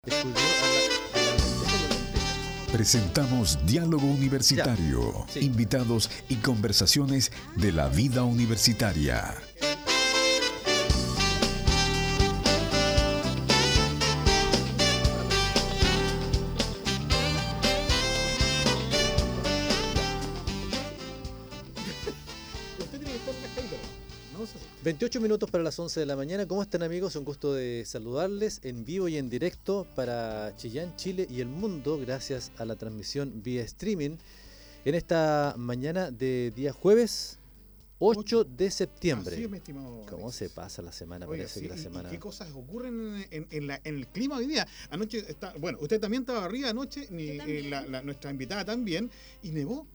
subió a la, a la lenteja y a la lenteja. Presentamos Diálogo Universitario, Ya, sí. invitados y conversaciones de la vida universitaria. Usted tiene que estar en la escalera, No se asuste. 28 minutos para las 11 de la mañana. ¿Cómo están amigos? Un gusto de saludarles en vivo y en directo para Chillán, Chile y el mundo gracias a la transmisión vía streaming en esta mañana de día jueves 8 de Así es, mi septiembre. estimado ¿Cómo Alexis. se pasa la semana? Oiga, Parece sí, que la y- y semana... ¿Qué cosas ocurren en, en- en la- en el clima hoy día? Anoche, está, bueno, usted también estaba arriba anoche, ni- Yo eh, también. la- la- nuestra invitada también, y nevó.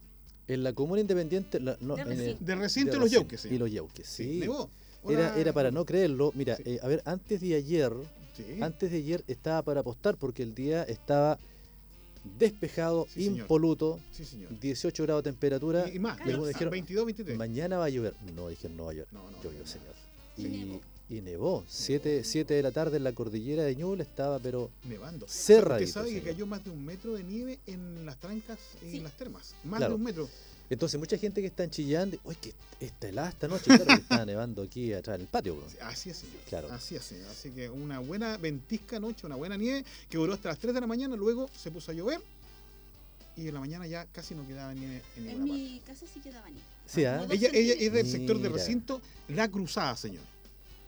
En la comuna independiente... la- no, De en Recinto. De reciente de los Recinto yauques, Y señor. los yauques, sí. nevó. Era, Hola. era para no creerlo. Mira, Sí. eh, a ver, antes de ayer, Sí. antes de ayer estaba para apostar porque el día estaba despejado, Sí, señor. impoluto, Sí, señor. 18 grados de temperatura. Y, y más, y algunos ah, dijeron, 22, 23. mañana va a llover. No, dijeron no va a llover. No, no, Llovió, no. señor. Y Y, nevó. y nevó. 7 de la tarde en la cordillera de Ñuble estaba, pero Nevando. cerradito. Usted sabe que señor. cayó más de un metro de nieve en las trancas y Sí. en las termas. Más Claro. de un metro. Entonces, mucha gente que está en Chillán, de- uy, que está helada esta noche. Claro, que está nevando aquí atrás en el patio. weón. Así es, señor. Claro. Así es, señor. Así que una buena ventisca noche, una buena nieve que duró hasta las 3 de la mañana, luego se puso a llover y en la mañana ya casi no quedaba nieve en En ninguna parte. mi casa sí quedaba nieve. Sí, ¿ah? Como dos Ella, ella es del Mira. sector de recinto La Cruzada, señor.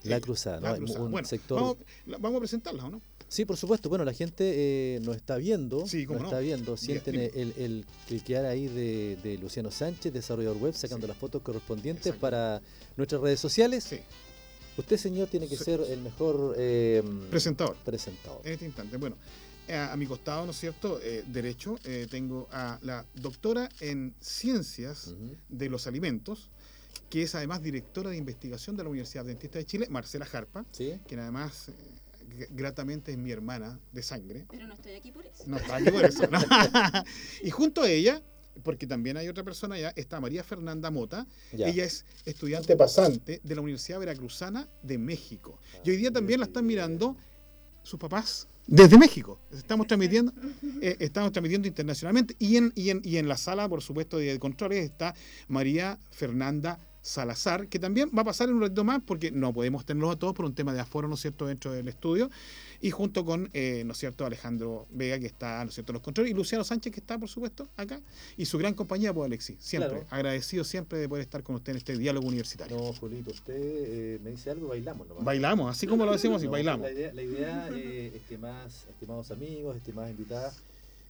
La Sí, cruzada, La ¿no? Cruzada. Un bueno, sector. vamos, la- vamos a presentarla, ¿o no? Sí, por supuesto. Bueno, la gente eh, nos está viendo. Sí, cómo nos no. está viendo. Sienten dime. el, el cliquear ahí de, de Luciano Sánchez, desarrollador web, sacando Sí. las fotos correspondientes Exacto. para nuestras redes sociales. Sí, Usted, señor, tiene que Sí. ser el mejor eh, presentador. presentador. En este instante, bueno, eh, a, mi costado, ¿no es cierto? Eh, derecho, eh, tengo a la doctora en ciencias Ujú. de los alimentos, que es además directora de investigación de la Universidad Dentista de Chile, Marcela Jarpa, ¿Sí? quien además eh, gr- gratamente es mi hermana de sangre. Pero no estoy aquí por eso. No está aquí por eso, ¿no? y junto a ella, porque también hay otra persona allá, está María Fernanda Mota. Ya. Ella es estudiante pasante de la Universidad Veracruzana de México. Ah, Y hoy día también la están mirando sus papás desde México. Estamos transmitiendo, eh, estamos transmitiendo internacionalmente. Y en, y, en, y en la sala, por supuesto, de controles está María Fernanda Salazar, que también va a pasar en un ratito más, porque no podemos tenerlos a todos por un tema de aforo, ¿no es cierto?, dentro del estudio. Y junto con, eh, ¿no es cierto?, Alejandro Vega, que está, ¿no es cierto?, en los controles, y Luciano Sánchez, que está, por supuesto, acá, y su gran compañía, pues, Alexis. Siempre, Claro. agradecido siempre de poder estar con usted en este diálogo universitario. No, Julito, usted eh, me dice algo, bailamos nomás. Bailamos, así como lo decimos, y No, bailamos. La idea, la idea, eh, estimadas- estimados amigos, estimadas invitadas,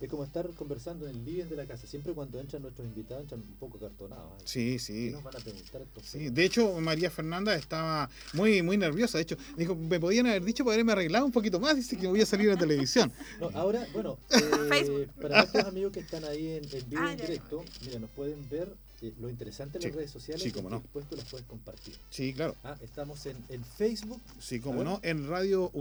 es como estar conversando en el living de la casa. Siempre cuando entran nuestros invitados, entran un poco cartonados. ¿eh? Sí, ¿Qué sí. nos van a preguntar estos Sí, de hecho, María Fernanda estaba muy, muy nerviosa. De hecho, dijo, me podían haber dicho para haberme arreglado un poquito más. Dice que voy a salir a la televisión. No, ahora, bueno, eh, para nuestros amigos que están ahí en, en vivo Ah, en ya, ya. directo, mira, nos pueden ver eh, lo interesante de las Sí, redes sociales sí, cómo y no. después tú las puedes compartir. Sí, claro. Ah, estamos en, en Facebook. Sí, como no, en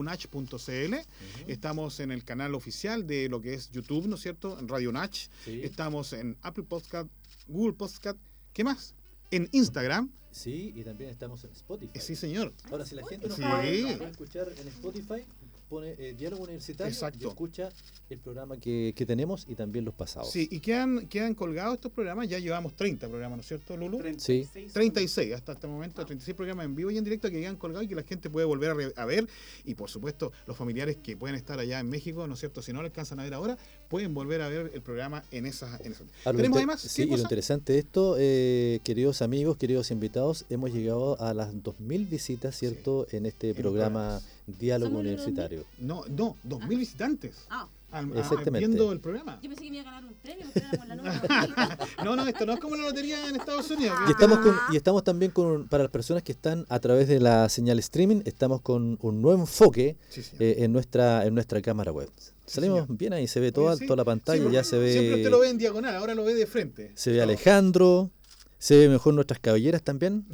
radiounach.cl. Ujú. Estamos en el canal oficial de lo que es YouTube, ¿no es cierto? En Radio Unach. Sí, Estamos en Apple Podcast, Google Podcast. ¿Qué más? En Instagram. sí, y también estamos en Spotify. Eh, Sí, señor. Ahora, si la Ah, gente nos Sí. puede escuchar en Spotify, pone eh, Diálogo Universitario y Exacto. escucha el programa que, que tenemos y también los pasados. Sí, y quedan, quedan colgados estos programas. Ya llevamos 30 programas, ¿no es cierto, Lulu? Sí. 36 hasta este momento, 36 programas en vivo y en directo que llegan colgados y que la gente puede volver a, re- a ver. Y por supuesto, los familiares que pueden estar allá en México, ¿no es cierto? Si no lo alcanzan a ver ahora, pueden volver a ver el programa en esas. En esas. Ahora, lo Ah, Tenemos inte- además. ¿qué sí, y lo cosa? interesante de esto, eh, queridos amigos, queridos invitados, hemos llegado a las 2.000 visitas, Sí. ¿cierto?, en este En programa Diálogo Somos los Universitario. No, no, 2000 visitantes Ah, al- a- Exactamente. viendo el programa. yo pensé que me iba a ganar un premio porque éramos la nueva familia. No, no, esto no es como la lotería en Estados Unidos. Y que- estamos, con, Ah. y estamos también con, para las personas que están a través de la señal streaming, estamos con un nuevo enfoque Sí, señor. eh, en, nuestra, en nuestra cámara web. Salimos señor. bien ahí, se ve toda, sí. toda la pantalla, Siempre- ya se ve... Siempre usted lo ve en diagonal, ahora lo ve de frente. Se ve No. Alejandro, se ve mejor nuestras cabelleras también.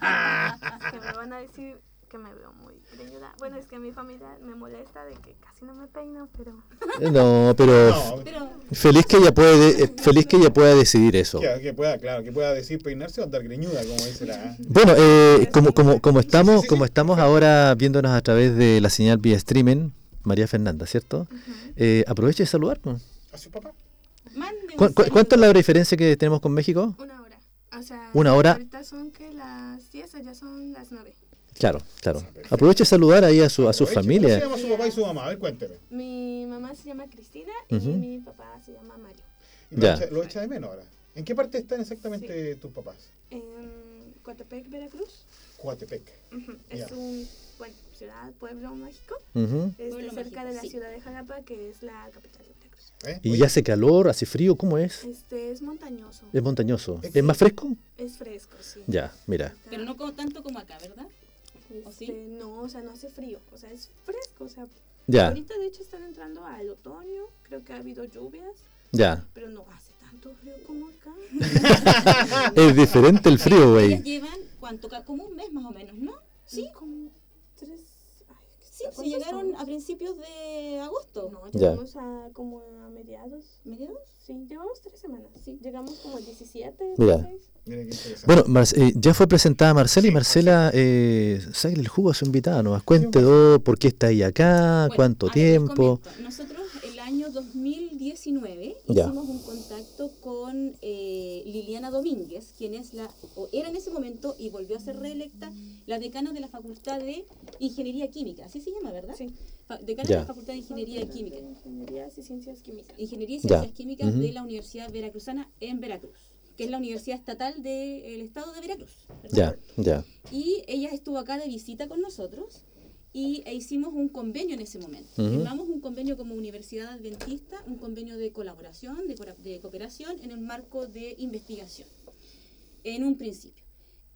que me van a decir que me veo muy greñuda. Bueno, es que mi familia me molesta de que casi no me peino, pero Eh, No, pero No, Pero feliz que ella puede, eh, feliz que ella pueda decidir eso. que, que pueda, claro, que pueda decir peinarse o andar greñuda, como dice la. Bueno, eh, como, como, como Sí, sí, estamos, sí, como sí. estamos ahora viéndonos a través de la señal vía streaming, María Fernanda, ¿cierto? Ujú. Eh, aproveche de saludar. pues. ¿A su papá? Mande un ¿Cu- cu- cuánto es saludo. la diferencia que tenemos con México? Una hora. O sea, Una hora. ahorita son que las 10, allá son las 9. Claro, claro. Aproveche de saludar ahí a su, a su Aproveche, ¿Cómo se familia. llama su papá y su mamá? A ver, cuénteme. Mi mamá se llama Cristina Ujú. y mi papá se llama Mario. Y Lo, Ya. echa, lo echa de menos ahora. ¿En qué parte están exactamente tus papás? En Coatepec, Veracruz. Coatepec. Ujú. Es Ya. un, bueno, ciudad, pueblo mágico. Ujú. Este, Pueblo cerca mágico, de la sí. ciudad de Jalapa, que es la capital de Veracruz. ¿eh? ¿Y Oye, ya hace calor, hace frío? ¿Cómo es? Este es montañoso. Es montañoso. Es- ¿Es más fresco? Es fresco, sí. Ya, mira. Pero no como, tanto como acá, ¿verdad? ¿o sí? Este, No, o sea, no hace frío. O sea, es fresco. O sea, Ya, ahorita de hecho están entrando al otoño. Creo que ha habido lluvias, ya. pero no hace tanto frío como acá. Es diferente el frío, Ellas güey. llevan, ¿cuánto? Ca- Como un mes más o menos, ¿no? Sí. Como tres. ay, ¿qué Sí, está- se cuántos llegaron a estamos? principios de agosto. No, Ya. llegamos a como a mediados. ¿Mediados? Sí, llevamos tres semanas. Sí, llegamos como el 17. Mira. 16. Mira qué interesante. Bueno, Marce- eh, ya fue presentada Marcela y Sí, Marcela, eh, sáquele el jugo a su invitada, nomás cuente dos, por qué está ahí acá, Bueno, Ah, cuánto a ver, les tiempo. comento. Nosotros el año 2019 Ya. hicimos un contacto con eh, Liliana Domínguez, quien es la, o era en ese momento y volvió a ser reelecta, la decana de la Facultad de Ingeniería Química. Así se llama, ¿verdad? Sí. Fa- decana Ya. de la Facultad de Ingeniería Química. Ingenierías y ciencias químicas. Ingeniería y Ya. Ciencias Químicas Ujú. de la Universidad Veracruzana en Veracruz, que es la universidad estatal del estado de Veracruz. ¿verdad? Ya, ya, Y ella estuvo acá de visita con nosotros y e hicimos un convenio en ese momento. Ujú. Firmamos un convenio como Universidad Adventista, un convenio de colaboración, de, cora- de cooperación en el marco de investigación, en un principio.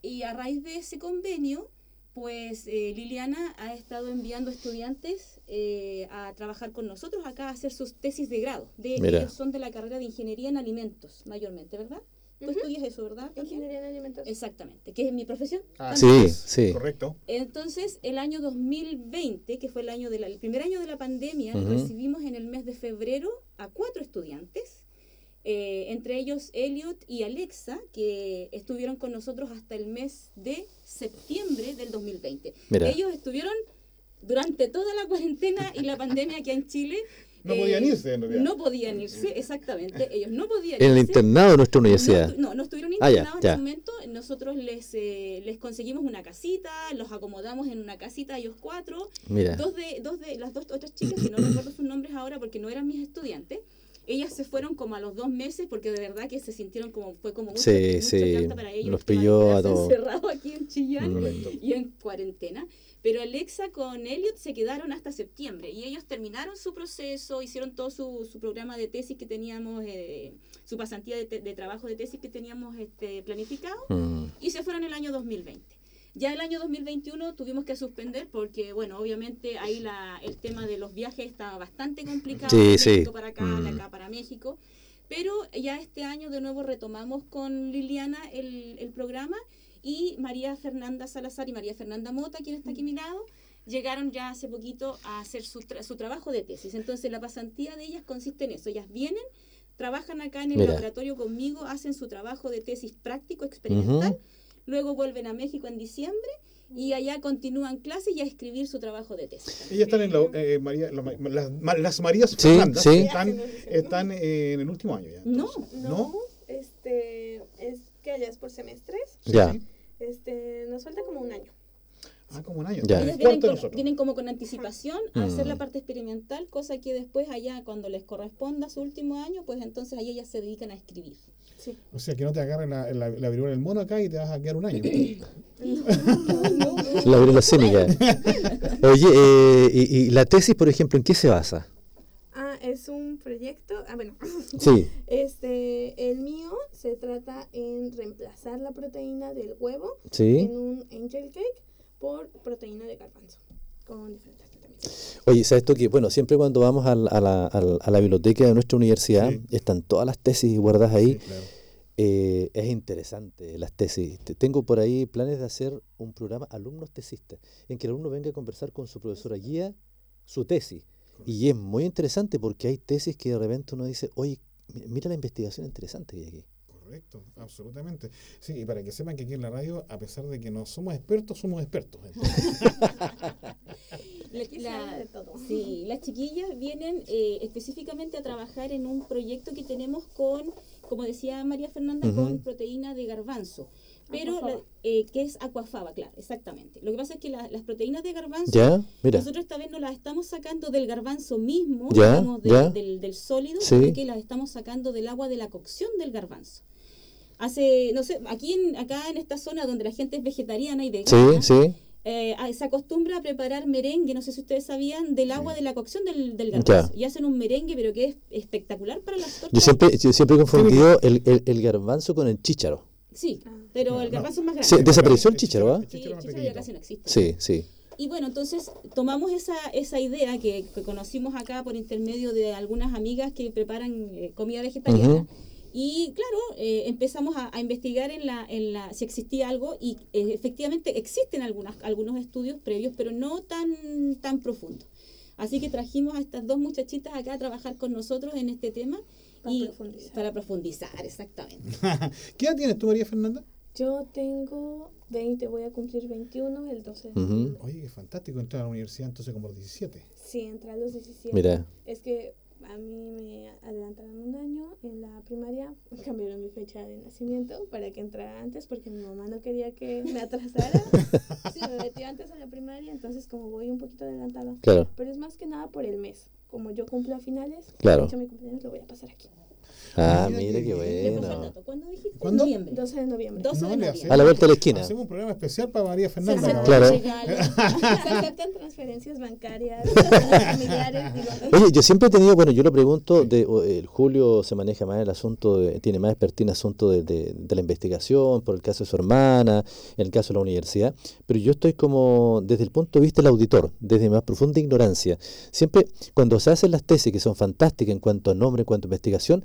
Y a raíz de ese convenio, pues eh, Liliana ha estado enviando estudiantes eh, a trabajar con nosotros acá a hacer sus tesis de grado. De, Mira. ellos son de la carrera de Ingeniería en Alimentos, mayormente, ¿verdad? Tú estudias eso, ¿verdad? también? Ingeniería en alimentos. Exactamente, que es mi profesión. Ah, Sí, entonces, sí. Correcto. Entonces, el año 2020, que fue el, año de la- el primer año de la pandemia, Ujú. recibimos en el mes de febrero a cuatro estudiantes, eh, entre ellos Elliot y Alexa, que estuvieron con nosotros hasta el mes de septiembre del 2020. Mira. Ellos estuvieron durante toda la cuarentena y la pandemia aquí en Chile. No eh, podían irse en realidad. No podían irse, exactamente. Ellos no podían En el irse. internado de nuestra No, universidad. estu- no, no estuvieron Ah, ya, internados en ya. ese momento. Nosotros les, eh, les conseguimos una casita, los acomodamos en una casita, ellos cuatro. Mira, Dos de, dos de las dos otras chicas, que no recuerdo sus nombres ahora porque no eran mis estudiantes, ellas se fueron como a los dos meses porque de verdad que se sintieron como, fue como mucho, Sí, mucha sí, chanta para ellos. los que van pilló a quedarse todos. encerrados aquí en Mm. Chillán Correcto. y en cuarentena. Pero Alexa con Elliot se quedaron hasta septiembre y ellos terminaron su proceso, hicieron todo su, su programa de tesis que teníamos, eh, su pasantía de, te- de trabajo de tesis que teníamos este, planificado Mm, y se fueron el año 2020. Ya el año 2021 tuvimos que suspender porque, bueno, obviamente ahí la, el tema de los viajes estaba bastante complicado. Sí, de sí. México para acá, de Mm. acá para México. Pero ya este año de nuevo retomamos con Liliana el, el programa y María Fernanda Salazar y María Fernanda Mota, quien está aquí a mi lado, llegaron ya hace poquito a hacer su, tra- su trabajo de tesis. Entonces la pasantía de ellas consiste en eso. Ellas vienen, trabajan acá en el Mira. laboratorio conmigo, hacen su trabajo de tesis práctico, experimental, Ujú. luego vuelven a México en diciembre y allá continúan clases y a escribir su trabajo de tesis. Ellas están en la, eh, María, la- las, ma- las Marías Sí, Fernandas sí. están, están eh, en el último año ya. No, No, ¿No? este, es que allá es por semestres. Sí, Ya. sí. Este, nos falta como un año. Ah, como un año. Ya. están en ellas el cuarto vienen, de con- nosotros. vienen como con anticipación a hacer la Mm. parte experimental, cosa que después allá cuando les corresponda su último año, pues entonces ahí ellas se dedican a escribir. Sí. O sea, que no te agarren la, la, la viruela del mono acá y te vas a quedar un año. la viruela cínica. Oye, eh, y, y la tesis, por ejemplo, ¿en qué se basa? Ah, es un proyecto. Ah, bueno. Sí, Este, el mío se trata en reemplazar la proteína del huevo sí. en un angel cake por proteína de garbanzo con diferentes tratamientos. Oye, ¿sabes tú que? Bueno, siempre cuando vamos al- a, la, al- a la biblioteca de nuestra universidad, Sí. están todas las tesis guardadas ahí. Sí, claro. Eh, es interesante las tesis. Te- Tengo por ahí planes de hacer un programa alumnos tesistas, en que el alumno venga a conversar con su profesora guía su tesis. Y es muy interesante porque hay tesis que de repente uno dice, oye, mi- mira la investigación interesante que hay aquí. Correcto, absolutamente. Sí, y para que sepan que aquí en la radio, a pesar de que no somos expertos, somos expertos. Entonces, La- Aquí se la- habla de todo. sí, las chiquillas vienen eh, específicamente a trabajar en un proyecto que tenemos con, como decía María Fernanda, Ujú. con proteína de garbanzo. Pero, la- Aquafaba. eh, que es acuafaba, claro, exactamente. Lo que pasa es que la- las proteínas de garbanzo Ya, mira. Nosotros esta vez no las estamos sacando del garbanzo mismo, Ya, digamos, de- ya. Del, del sólido, Sí. sino que las estamos sacando del agua de la cocción del garbanzo. Hace, no sé, aquí en, acá en esta zona donde la gente es vegetariana y Sí, vegana, sí. eh, ah, se acostumbra a preparar merengue, no sé si ustedes sabían, del agua de la cocción del, del garbanzo. Y hacen un merengue, pero que es espectacular para las tortas. Yo siempre, yo siempre he confundido el, el, el garbanzo con el chícharo. Sí, pero el No. garbanzo es más grande. Sí, desapareció eh, el chícharo, ¿ah? El Sí, chícharo el Ah. más chícharo ya pequeñito. casi no existe. Sí, sí. Y bueno, entonces tomamos esa, esa idea que, que conocimos acá por intermedio de algunas amigas que preparan eh, comida vegetariana. Ujú. Y claro, eh, empezamos a, a investigar en la, en la, si existía algo y eh, efectivamente existen algunas, algunos estudios previos, pero no tan, tan profundos. Así que trajimos a estas dos muchachitas acá a trabajar con nosotros en este tema. Para y profundizar. Para profundizar, exactamente. ¿Qué edad tienes tú, María Fernanda? Yo tengo 20, voy a cumplir 21 el 12 de Ujú. noviembre. Oye, qué fantástico entrar a la universidad entonces como a los 17. Sí, entré a los 17. Mira. Es que a mí me adelantaron un año en la primaria, cambiaron mi fecha de nacimiento para que entrara antes porque mi mamá no quería que me atrasara. sí, me metí antes a la primaria, entonces como voy un poquito adelantada. Claro. Pero es más que nada por el mes. Como yo cumplo a finales, Claro. de hecho mi cumpleaños lo voy a pasar aquí. Ah, mira Mira qué qué Le pasó el bueno. dato. ¿Cuándo dijiste? ¿Cuándo? Noviembre. 12 de noviembre. 12 de No, le noviembre. hacemos- A la vuelta de la esquina. Hacemos un programa especial para María Se Fernanda. aceptan Claro. Claro. regalos. Se aceptan transferencias bancarias, donaciones familiares, digo, Oye, yo siempre he tenido, bueno, yo lo pregunto, de, o, el Julio se maneja más el asunto, de- tiene más expertise en asunto de, de- de la investigación, por el caso de su hermana, en el caso de la universidad, pero yo estoy como, desde el punto de vista del auditor, desde mi más profunda ignorancia, siempre cuando se hacen las tesis, que son fantásticas en cuanto a nombre, en cuanto a investigación,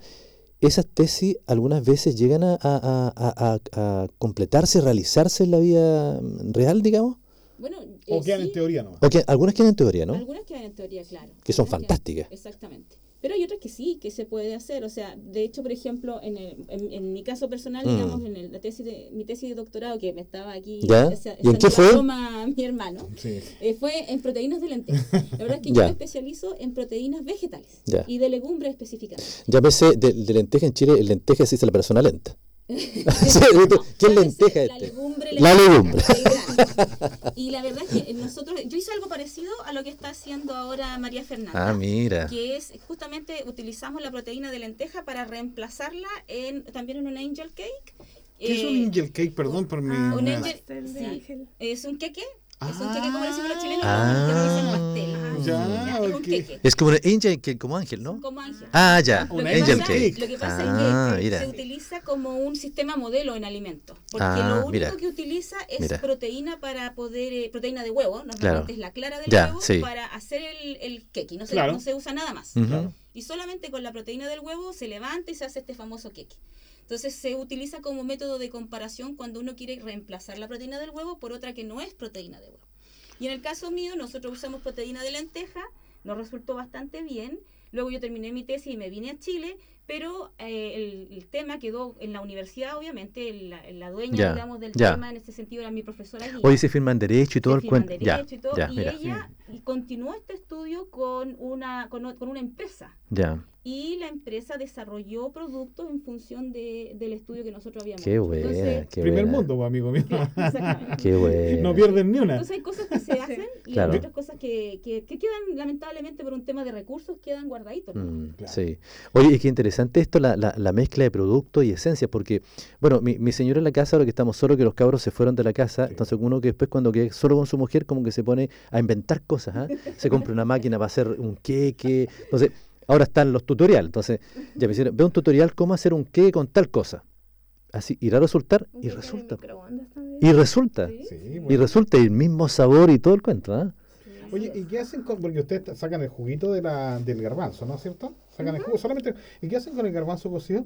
esas tesis algunas veces llegan a, a- a- a- a- a completarse, realizarse en la vida mm, real, digamos, Bueno, eh, O quedan en sí, teoría nomás. o que algunas quedan en teoría, ¿no? Algunas quedan en teoría, claro. Que son Algunas quedan- fantásticas. Exactamente. Pero hay otras que sí, que se puede hacer. O sea, de hecho, por ejemplo, en, el- en, en mi caso personal, Mm. digamos, en el- la tesis de, mi tesis de doctorado que me estaba aquí. ¿Ya? esa- ¿Y en qué esa me la fue? toma mi hermano. Sí. eh, fue en proteínas de lenteja. La verdad es que yo Ya. me especializo en proteínas vegetales Ya. y de legumbres específicamente. Llámese de, de lenteja en Chile, el lenteja existe la persona lenta. Sí, ¿Qué Llámese lenteja La este? legumbre. La legumbre. lenteja. Y la verdad es que nosotros, yo hice algo parecido a lo que está haciendo ahora María Ah, Fernanda. mira. que es justamente utilizamos la proteína de lenteja para reemplazarla en también en un angel cake. ¿Qué es un Eh, angel cake? Perdón por mi... Ah, un un angel- pastel de sí. ángel. Es un queque, es un Ah. queque como le decimos los chilenos, Ah. que dicen pastel. Ya, es un ok. queque, Es como un angel que como ángel, ¿no? como ángel. Ah, ya. Lo un que angel pasa- cake. Lo que pasa Ah, es que mira. se utiliza como un sistema modelo en alimentos, porque Ah, lo único mira. que utiliza es Mira. proteína para poder, eh, proteína de huevo, normalmente Claro. es la clara del Ya, huevo, sí. Mm. para hacer el, el queque, no se, Claro. no se usa nada más. Ujú. Y solamente con la proteína del huevo se levanta y se hace este famoso queque. Entonces se utiliza como método de comparación cuando uno quiere reemplazar la proteína del huevo por otra que no es proteína de huevo. Y en el caso mío, nosotros usamos proteína de lenteja, nos resultó bastante bien. Luego yo terminé mi tesis y me vine a Chile, pero eh, el, el tema quedó en la universidad, obviamente, la, la dueña, Ya, digamos, del ya. tema en ese sentido era mi profesora. guía Hoy se firman derecho y todo se el firman cuento. Ya, derecho y todo, ya, y mira. ella y continuó este estudio con una, con, o- con una empresa. Ya. Y la empresa desarrolló productos en función de, del estudio que nosotros habíamos Qué hecho. buena, Entonces, qué Primer buena. mundo, pues, amigo mío. claro, exactamente. Qué buena. No pierden ni una. Entonces hay cosas que se hacen y Claro. otras cosas que, que, que quedan, lamentablemente, por un tema de recursos, quedan guardaditos. ¿no? Mm, Claro. Sí. Oye, y qué interesante esto, la, la, la mezcla de productos y esencias, porque, bueno, mi, mi señora en la casa, ahora que estamos solos, que los cabros se fueron de la casa, Sí. entonces uno que después cuando queda solo con su mujer, como que se pone a inventar cosas, ¿ah? Se compra una máquina para hacer un queque, entonces, ahora están los tutoriales, entonces, ya me hicieron, veo un tutorial cómo hacer un queque con tal cosa. Así, irá a resultar, Un y queque de resulta, microondas también. y resulta, Sí, ¿eh? y bueno. resulta, y el mismo sabor y todo el cuento, ¿ah? Oye, ¿y qué hacen con.? Porque ustedes ta- sacan el juguito de la, del garbanzo, ¿no es cierto? Sacan el jugo solamente. ¿Y qué hacen con el garbanzo cocido?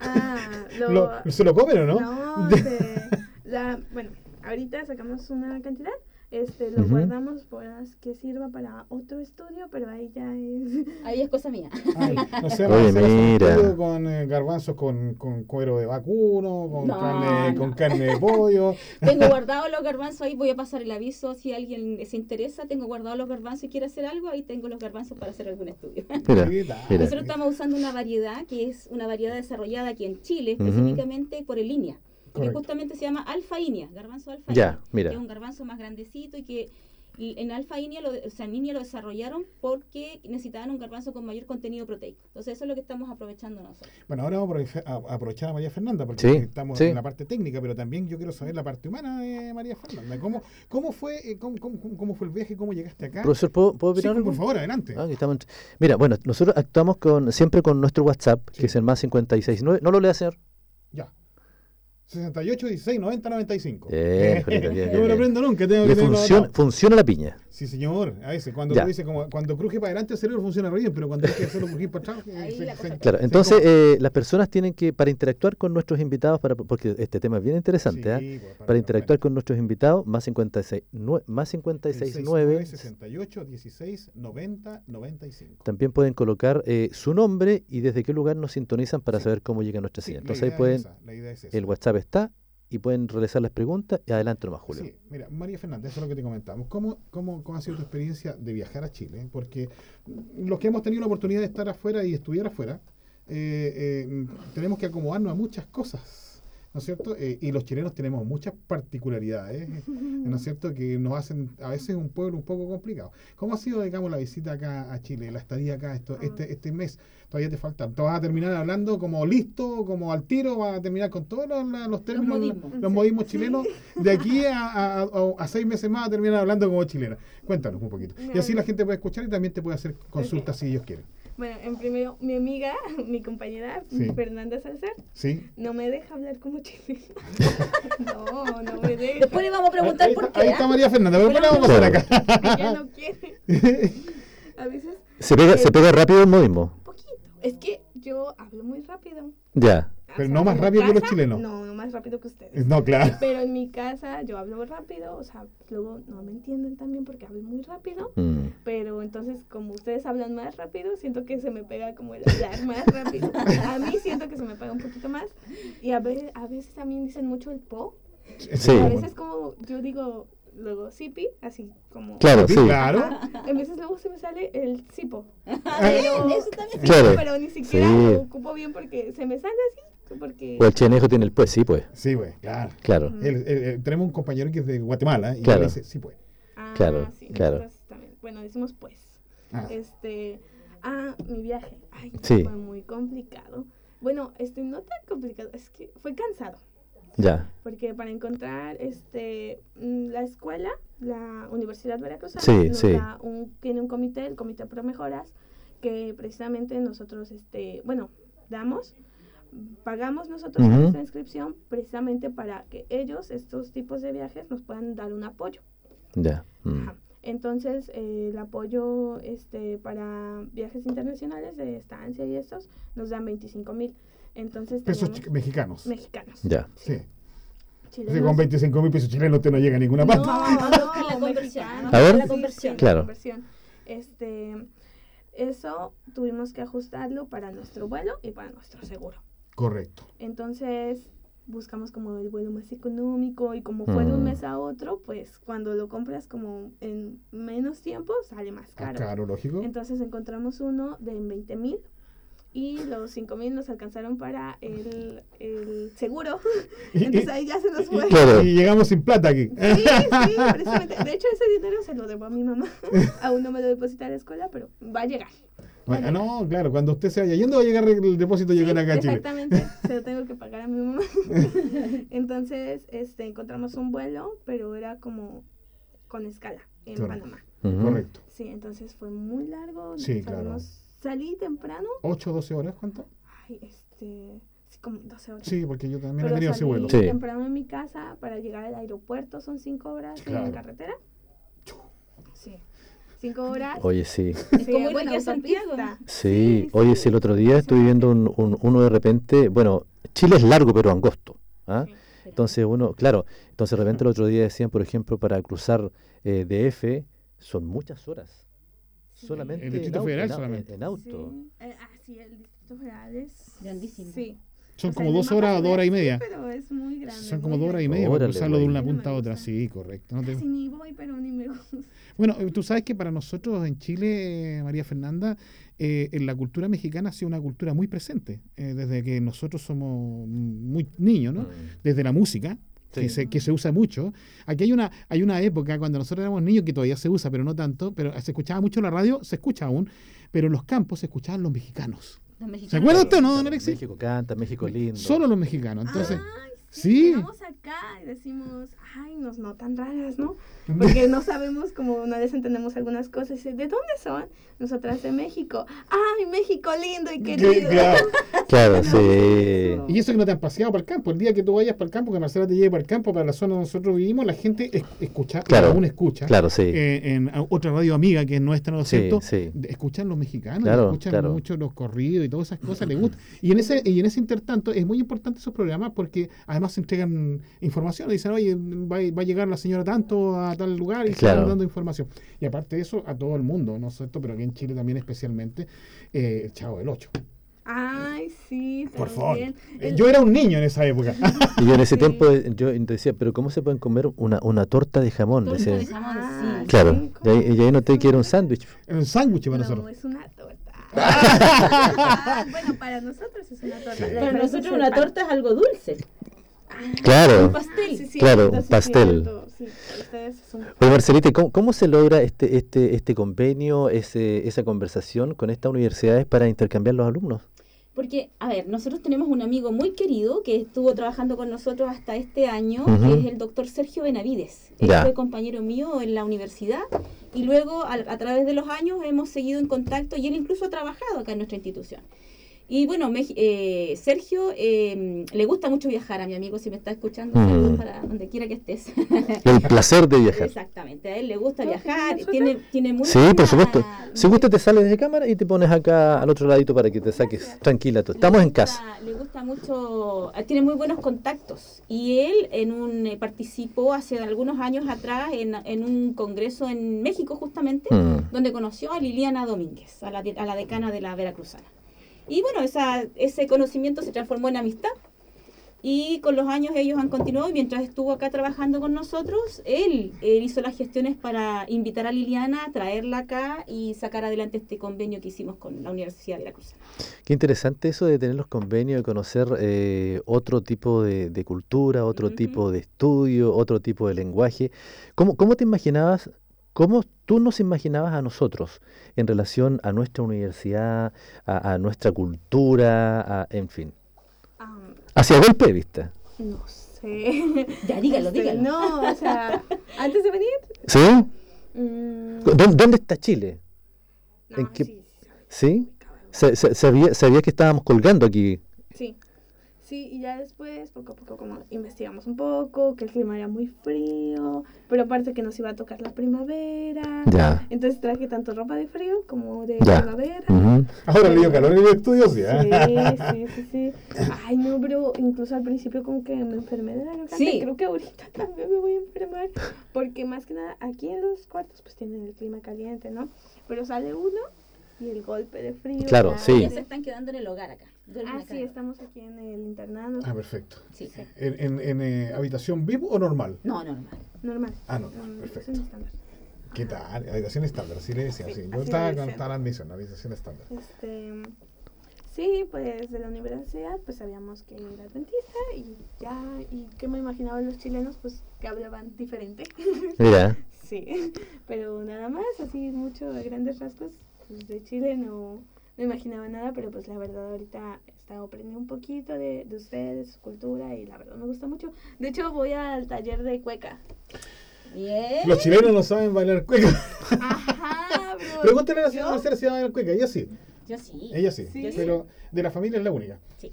Ah, este, lo, Lo- ¿Se lo comen o pues, no? No, se- la- bueno, ahorita sacamos una cantidad Este, lo Ujú. guardamos para que sirva para otro estudio, pero ahí ya es... Ahí es cosa mía. Ay, no sé, Oye, hacer un mira. estudio con eh, garbanzos con, con cuero de vacuno, con, No, carne, no. con carne de pollo. Tengo guardados los garbanzos ahí, voy a pasar el aviso si alguien se interesa. Tengo guardados los garbanzos y quiere hacer algo, ahí tengo los garbanzos para hacer algún estudio. Mira, Sí, dale. mira. Nosotros estamos usando una variedad que es una variedad desarrollada aquí en Chile, Ujú. específicamente por el INEA, que Correcto. justamente se llama alfa INEA, garbanzo alfa Ya, INEA, mira. que es un garbanzo más grandecito y que l- en alfa INEA, lo, de- o sea, en INEA lo desarrollaron porque necesitaban un garbanzo con mayor contenido proteico. Entonces eso es lo que estamos aprovechando nosotros. Bueno, ahora vamos a aprovecha- a- a aprovechar a María Fernanda, porque Sí, estamos sí. en la parte técnica, pero también yo quiero saber la parte humana de María Fernanda. ¿Cómo, cómo, fue, eh, cómo, cómo- cómo- cómo fue el viaje? ¿Cómo llegaste acá? Profesor, ¿puedo, puedo Sí, opinar algo? por favor, adelante. Ah, que estamos entre- Mira, bueno, nosotros actuamos con siempre con nuestro WhatsApp, Sí. que es el más 569. No lo lea, señor. Ya. 68, 16, 90, 95. Bien, Juanito, Eh, bien, bien, no me lo bien. aprendo nunca, tengo Le que tenerlo funciona, anotado. funciona la piña. Sí, señor. A veces, cuando Ya. tú dices, como, cuando cruje para adelante el cerebro funciona re bien, pero cuando hay que hacerlo crujir para atrás... eh, Ahí se- la se- cosa- Claro, se- entonces como- eh, las personas tienen que, para interactuar con nuestros invitados, para, porque este tema es bien interesante, ¿ah? Sí, pues, para interactuar con nuestros invitados, más 56, nue- más El 56 69, 9, 68, 16, 90, 95. también pueden colocar eh, su nombre y desde qué lugar nos sintonizan para Sí. saber cómo llega nuestra Sí, señal. la Entonces ahí idea es pueden, esa, la idea es esa. el WhatsApp está y pueden realizar las preguntas y adelante nomás, Julio. Sí, mira, María Fernández, eso es lo que te comentamos. ¿Cómo, cómo, cómo ha sido tu experiencia de viajar a Chile? Porque los que hemos tenido la oportunidad de estar afuera y estudiar afuera, eh, eh, tenemos que acomodarnos a muchas cosas, ¿no es cierto? Eh, y los chilenos tenemos muchas particularidades, ¿eh? ¿no es cierto?, que nos hacen a veces un pueblo un poco complicado. ¿Cómo ha sido, digamos, la visita acá a Chile, la estadía acá esto, este, este mes? Todavía te falta, te vas a terminar hablando como listo, como al tiro, vas a terminar con todos los, los términos, los modismos, modismos. chilenos. De aquí a, a- a- a seis meses más vas a terminar hablando como chilena. Cuéntanos un poquito. Y así la gente puede escuchar y también te puede hacer consultas si ellos quieren. Bueno, en primero, mi amiga, mi compañera, Sí. Fernanda Salcer, ¿Sí? no me deja hablar como chilena. no, no me deja. Después le vamos a preguntar ahí, por qué. está, ahí ¿eh? ¿ah? está María Fernanda, pero después la vamos a Claro. pasar acá. Ella no quiere. A veces, Se, pega, Eh, se pega rápido el modismo. poquito. Es que yo hablo muy rápido. Ya. O Pero sea, no más en mi rápido que los casa- chilenos. No, no más rápido que ustedes. No, claro. Pero en mi casa yo hablo rápido, o sea, luego no me entienden también porque hablo muy rápido. Mm. Pero entonces, como ustedes hablan más rápido, siento que se me pega como el hablar más rápido. A mí siento que se me pega un poquito más. Y a veces, a veces también dicen mucho el po. Sí. A veces como yo digo luego sipi, así como... Claro, Sí, sí. claro. Ajá, A veces luego se me sale el sipo. Bien, eso también. Sí, Ah. Claro. Pero ni siquiera Sí. lo ocupo bien porque se me sale así. Porque... O el chenejo tiene el pues, sí, pues. Sí, güey, claro. Claro. Mm. El- el- el- tenemos un compañero que es de Guatemala y Claro. él dice, sí, pues. Ah, Claro, sí, claro. nosotros también. Bueno, decimos pues. Ah, Este, ah, mi viaje. Ay, Sí. fue muy complicado. Bueno, este, no tan complicado, es que fue cansado. Ya. Porque para encontrar este, mm, la escuela, la Universidad Veracruzana, Sí, sí. da un- tiene un comité, el Comité Pro Mejoras, que precisamente nosotros, este, bueno, damos, pagamos nosotros Ujú. nuestra inscripción precisamente para que ellos, estos tipos de viajes, nos puedan dar un apoyo. Ya. Mm. Ajá. Entonces, eh, el apoyo este, para viajes internacionales de estancia y estos nos dan 25 mil. Entonces, Pesos teníamos chi- mexicanos. mexicanos. Ya. Sí. chilenos. Sí, con 25 mil pesos chilenos usted no llega a ninguna parte. No, Vamos no, a la conversión, mexicanos. vamos A ver. a la Sí, conversión. sí, Claro. conversión. Este, eso tuvimos que ajustarlo para nuestro vuelo y para nuestro seguro. Correcto. Entonces buscamos como el vuelo más económico y como fue de un Mm. mes a otro, pues cuando lo compras como en menos tiempo sale más Caro, caro. Ah, lógico. Entonces encontramos uno de 20 mil y los 5 mil nos alcanzaron para el, el seguro. Y- Entonces y- ahí ya se nos y, fue. Claro. y llegamos sin plata aquí. Sí, sí, precisamente. De hecho, ese dinero se lo debo a mi mamá. Aún no me lo deposita a la escuela, pero va a llegar. Bueno, no, claro, cuando usted se vaya yendo va a llegar el depósito llegar Sí, acá a Chile. Exactamente, se lo tengo que pagar a mi mamá. Entonces, este, encontramos un vuelo, pero era como con escala en Claro. Panamá. Ujú. Correcto. Sí, entonces fue muy largo. Sí, claro. salimos- Salí temprano, 8, 12 horas, ¿cuánto? ay, este, sí, como 12 horas. Sí, porque yo también he Pero tenido ese vuelo. salí Sí. temprano en mi casa para llegar al aeropuerto, son 5 horas Claro. en carretera. Sí, 5 horas. Oye, sí. Es como ir de aquí a Santiago. autopista. Sí, oye, si el otro día estuve viendo un, un- uno de repente, bueno, Chile es largo pero angosto, ¿ah? Sí. Entonces uno, claro, entonces de repente el otro día decían, por ejemplo, para cruzar eh, DF son muchas horas. Solamente El Distrito en au- Federal en au- solamente. en auto. Sí. Eh, ah, sí, el Distrito Federal es... Grandísimo. Sí. Son O sea, como no dos me horas, acuerdo dos horas y bien, media. Pero es muy grande. Son muy como dos horas y grande. media para Órale, cruzarlo de güey. una Sí, punta a me otra. gusta. Sí, correcto. No te- Casi ni voy, pero ni me gusta. Bueno, eh, tú sabes que para nosotros en Chile, eh, María Fernanda, eh, en la cultura mexicana ha sido una cultura muy presente eh, desde que nosotros somos muy niños, ¿no? Mm. Desde la música, Sí. que, se, que se usa mucho. Aquí hay una, hay una época cuando nosotros éramos niños que todavía se usa, pero no tanto, pero se escuchaba mucho en la radio, se escucha aún, pero en los campos se escuchaban los mexicanos. Los ¿Se mexicanos. acuerdan ustedes, no, don Claro, Alexis? México canta, México lindo. Solo los mexicanos. Entonces, Ay, sí. Llegamos acá y decimos, ay, nos notan raras, ¿no? Porque no sabemos, como no les entendemos algunas cosas. Y, ¿De dónde son? Nosotras de México. Ay, México lindo y querido. claro. Claro, sí. Eso. Y eso que no te han paseado para el campo. El día que tú vayas para el campo, que Marcela te lleve para el campo, para la zona donde nosotros vivimos, la gente es- escucha, y Claro, aún escucha, Claro, sí. eh, en a- otra radio amiga que no está en lo Sí, cierto, sí. de- escuchan los mexicanos, Claro, escuchan claro. Mm, mucho los corridos y todas esas cosas, les gusta. Y en ese y en ese intertanto es muy importante esos programas porque además se entregan información, dicen, oye, va, va a llegar la señora tanto a tal lugar y se Claro. van dando información. Y aparte de eso, a todo el mundo, ¿no es cierto? Pero aquí en Chile también especialmente, eh, el Chavo del Ocho. Ay, sí. Por favor. también. Eh, Yo era un niño en esa época. Y yo en ese Sí. tiempo eh, yo decía, pero ¿cómo se pueden comer una, una torta de jamón? Torta Decía. de jamón, Ah, sí. Claro, Sí, y ahí, y ahí noté que era un sándwich. Era un sándwich para No, nosotros. es una torta. Ah, bueno, para nosotros es una torta. Sí. La Para verdad Para es nosotros el una pan. Ah, torta es algo dulce. Claro. Un pastel. Sí, sí, Claro, entonces, pastel. cierto, Sí, para ustedes es un- Pero Marcelita, ¿y ¿cómo, cómo se logra este, este, este convenio, ese, esa conversación con estas universidades para intercambiar los alumnos? Porque, a ver, nosotros tenemos un amigo muy querido que estuvo trabajando con nosotros hasta este año, Ujú. que es el doctor Sergio Benavides. Él Ya. fue compañero mío en la universidad y luego al- a, través de los años hemos seguido en contacto y él incluso ha trabajado acá en nuestra institución. Y bueno, Meji- eh, Sergio eh, le gusta mucho viajar a mi amigo, si me está escuchando, Mm. saludos para donde quiera que estés. El placer de viajar. Exactamente, a él le gusta No, viajar, pero tiene, tiene Mm. muy Sí, por buena- supuesto. Si gusta te sales de cámara y te pones acá al otro ladito para que te saques tranquila tú. Le Estamos en gusta- casa. Le gusta mucho, ah, tiene muy buenos contactos. Y él en un eh, participó hace algunos años atrás en, en un congreso en México justamente, Mm. donde conoció a Liliana Domínguez, a la, de- a la decana de la Veracruzana. Y bueno, esa, ese conocimiento se transformó en amistad. Y con los años ellos han continuado y mientras estuvo acá trabajando con nosotros, él, él hizo las gestiones para invitar a Liliana, traerla acá y sacar adelante este convenio que hicimos con la Universidad de Veracruzana. Qué interesante eso de tener los convenios, de conocer eh, otro tipo de, de cultura, otro Ujú. tipo de estudio, otro tipo de lenguaje. ¿Cómo, cómo te imaginabas, cómo tú nos imaginabas a nosotros en relación a nuestra universidad, a, a nuestra cultura, a- en fin? Am, Hacia golpe de vista. no sé. Ya, dígalo, Este, dígalo. No, o sea, antes de venir. ¿Sí? mm, ¿Dó- ¿Dónde está Chile? no, en qué- sí, sí, ¿Sí? Sa- sa- Sabía, sabía que estábamos colgando aquí. Sí. Sí, y ya después, poco a poco, como investigamos un poco, que el clima era muy frío, pero aparte que nos iba a tocar la primavera. Ya. Entonces traje tanto ropa de frío como de Ya. primavera. Ujú. Ahora le dio calor en el estudio, sí. Sí, ¿eh? sí, sí, sí. Ay, no, pero incluso al principio como que me enfermé de la garganta. Sí. Creo que ahorita también me voy a enfermar. Porque más que nada, aquí en los cuartos pues tienen el clima caliente, ¿no? Pero sale uno y el golpe de frío. Claro, ya sí. de- Ellas se están quedando en el hogar acá. Duermen Ah, acá. sí, estamos aquí en el internado. Ah, perfecto. Sí. ¿En, en, en, eh, habitación VIP o normal? No, normal. Normal. Ah, no, Mm, perfecto. es un estándar. ¿Qué tal? Habitación estándar, así le decían. Sí, Sí, así Yo le estaba decían. con estaba en admisión, habitación estándar. Este, sí, pues de la universidad, pues sabíamos que era adventista y ya, y que me imaginaban los chilenos, pues que hablaban diferente. Mira, sí, pero nada más, así mucho de grandes rasgos, pues de Chile no, no imaginaba nada, pero pues la verdad ahorita he estado aprendiendo un poquito de, de ustedes, de su cultura y la verdad me gusta mucho. De hecho voy al taller de cueca. Bien. Los chilenos no saben bailar cueca. Ajá, bro. Pregúntale a la señora Yo- Marcela si va a bailar cueca. Ella sí, Yo sí. ella sí. Sí. Pero de la familia es la única. sí.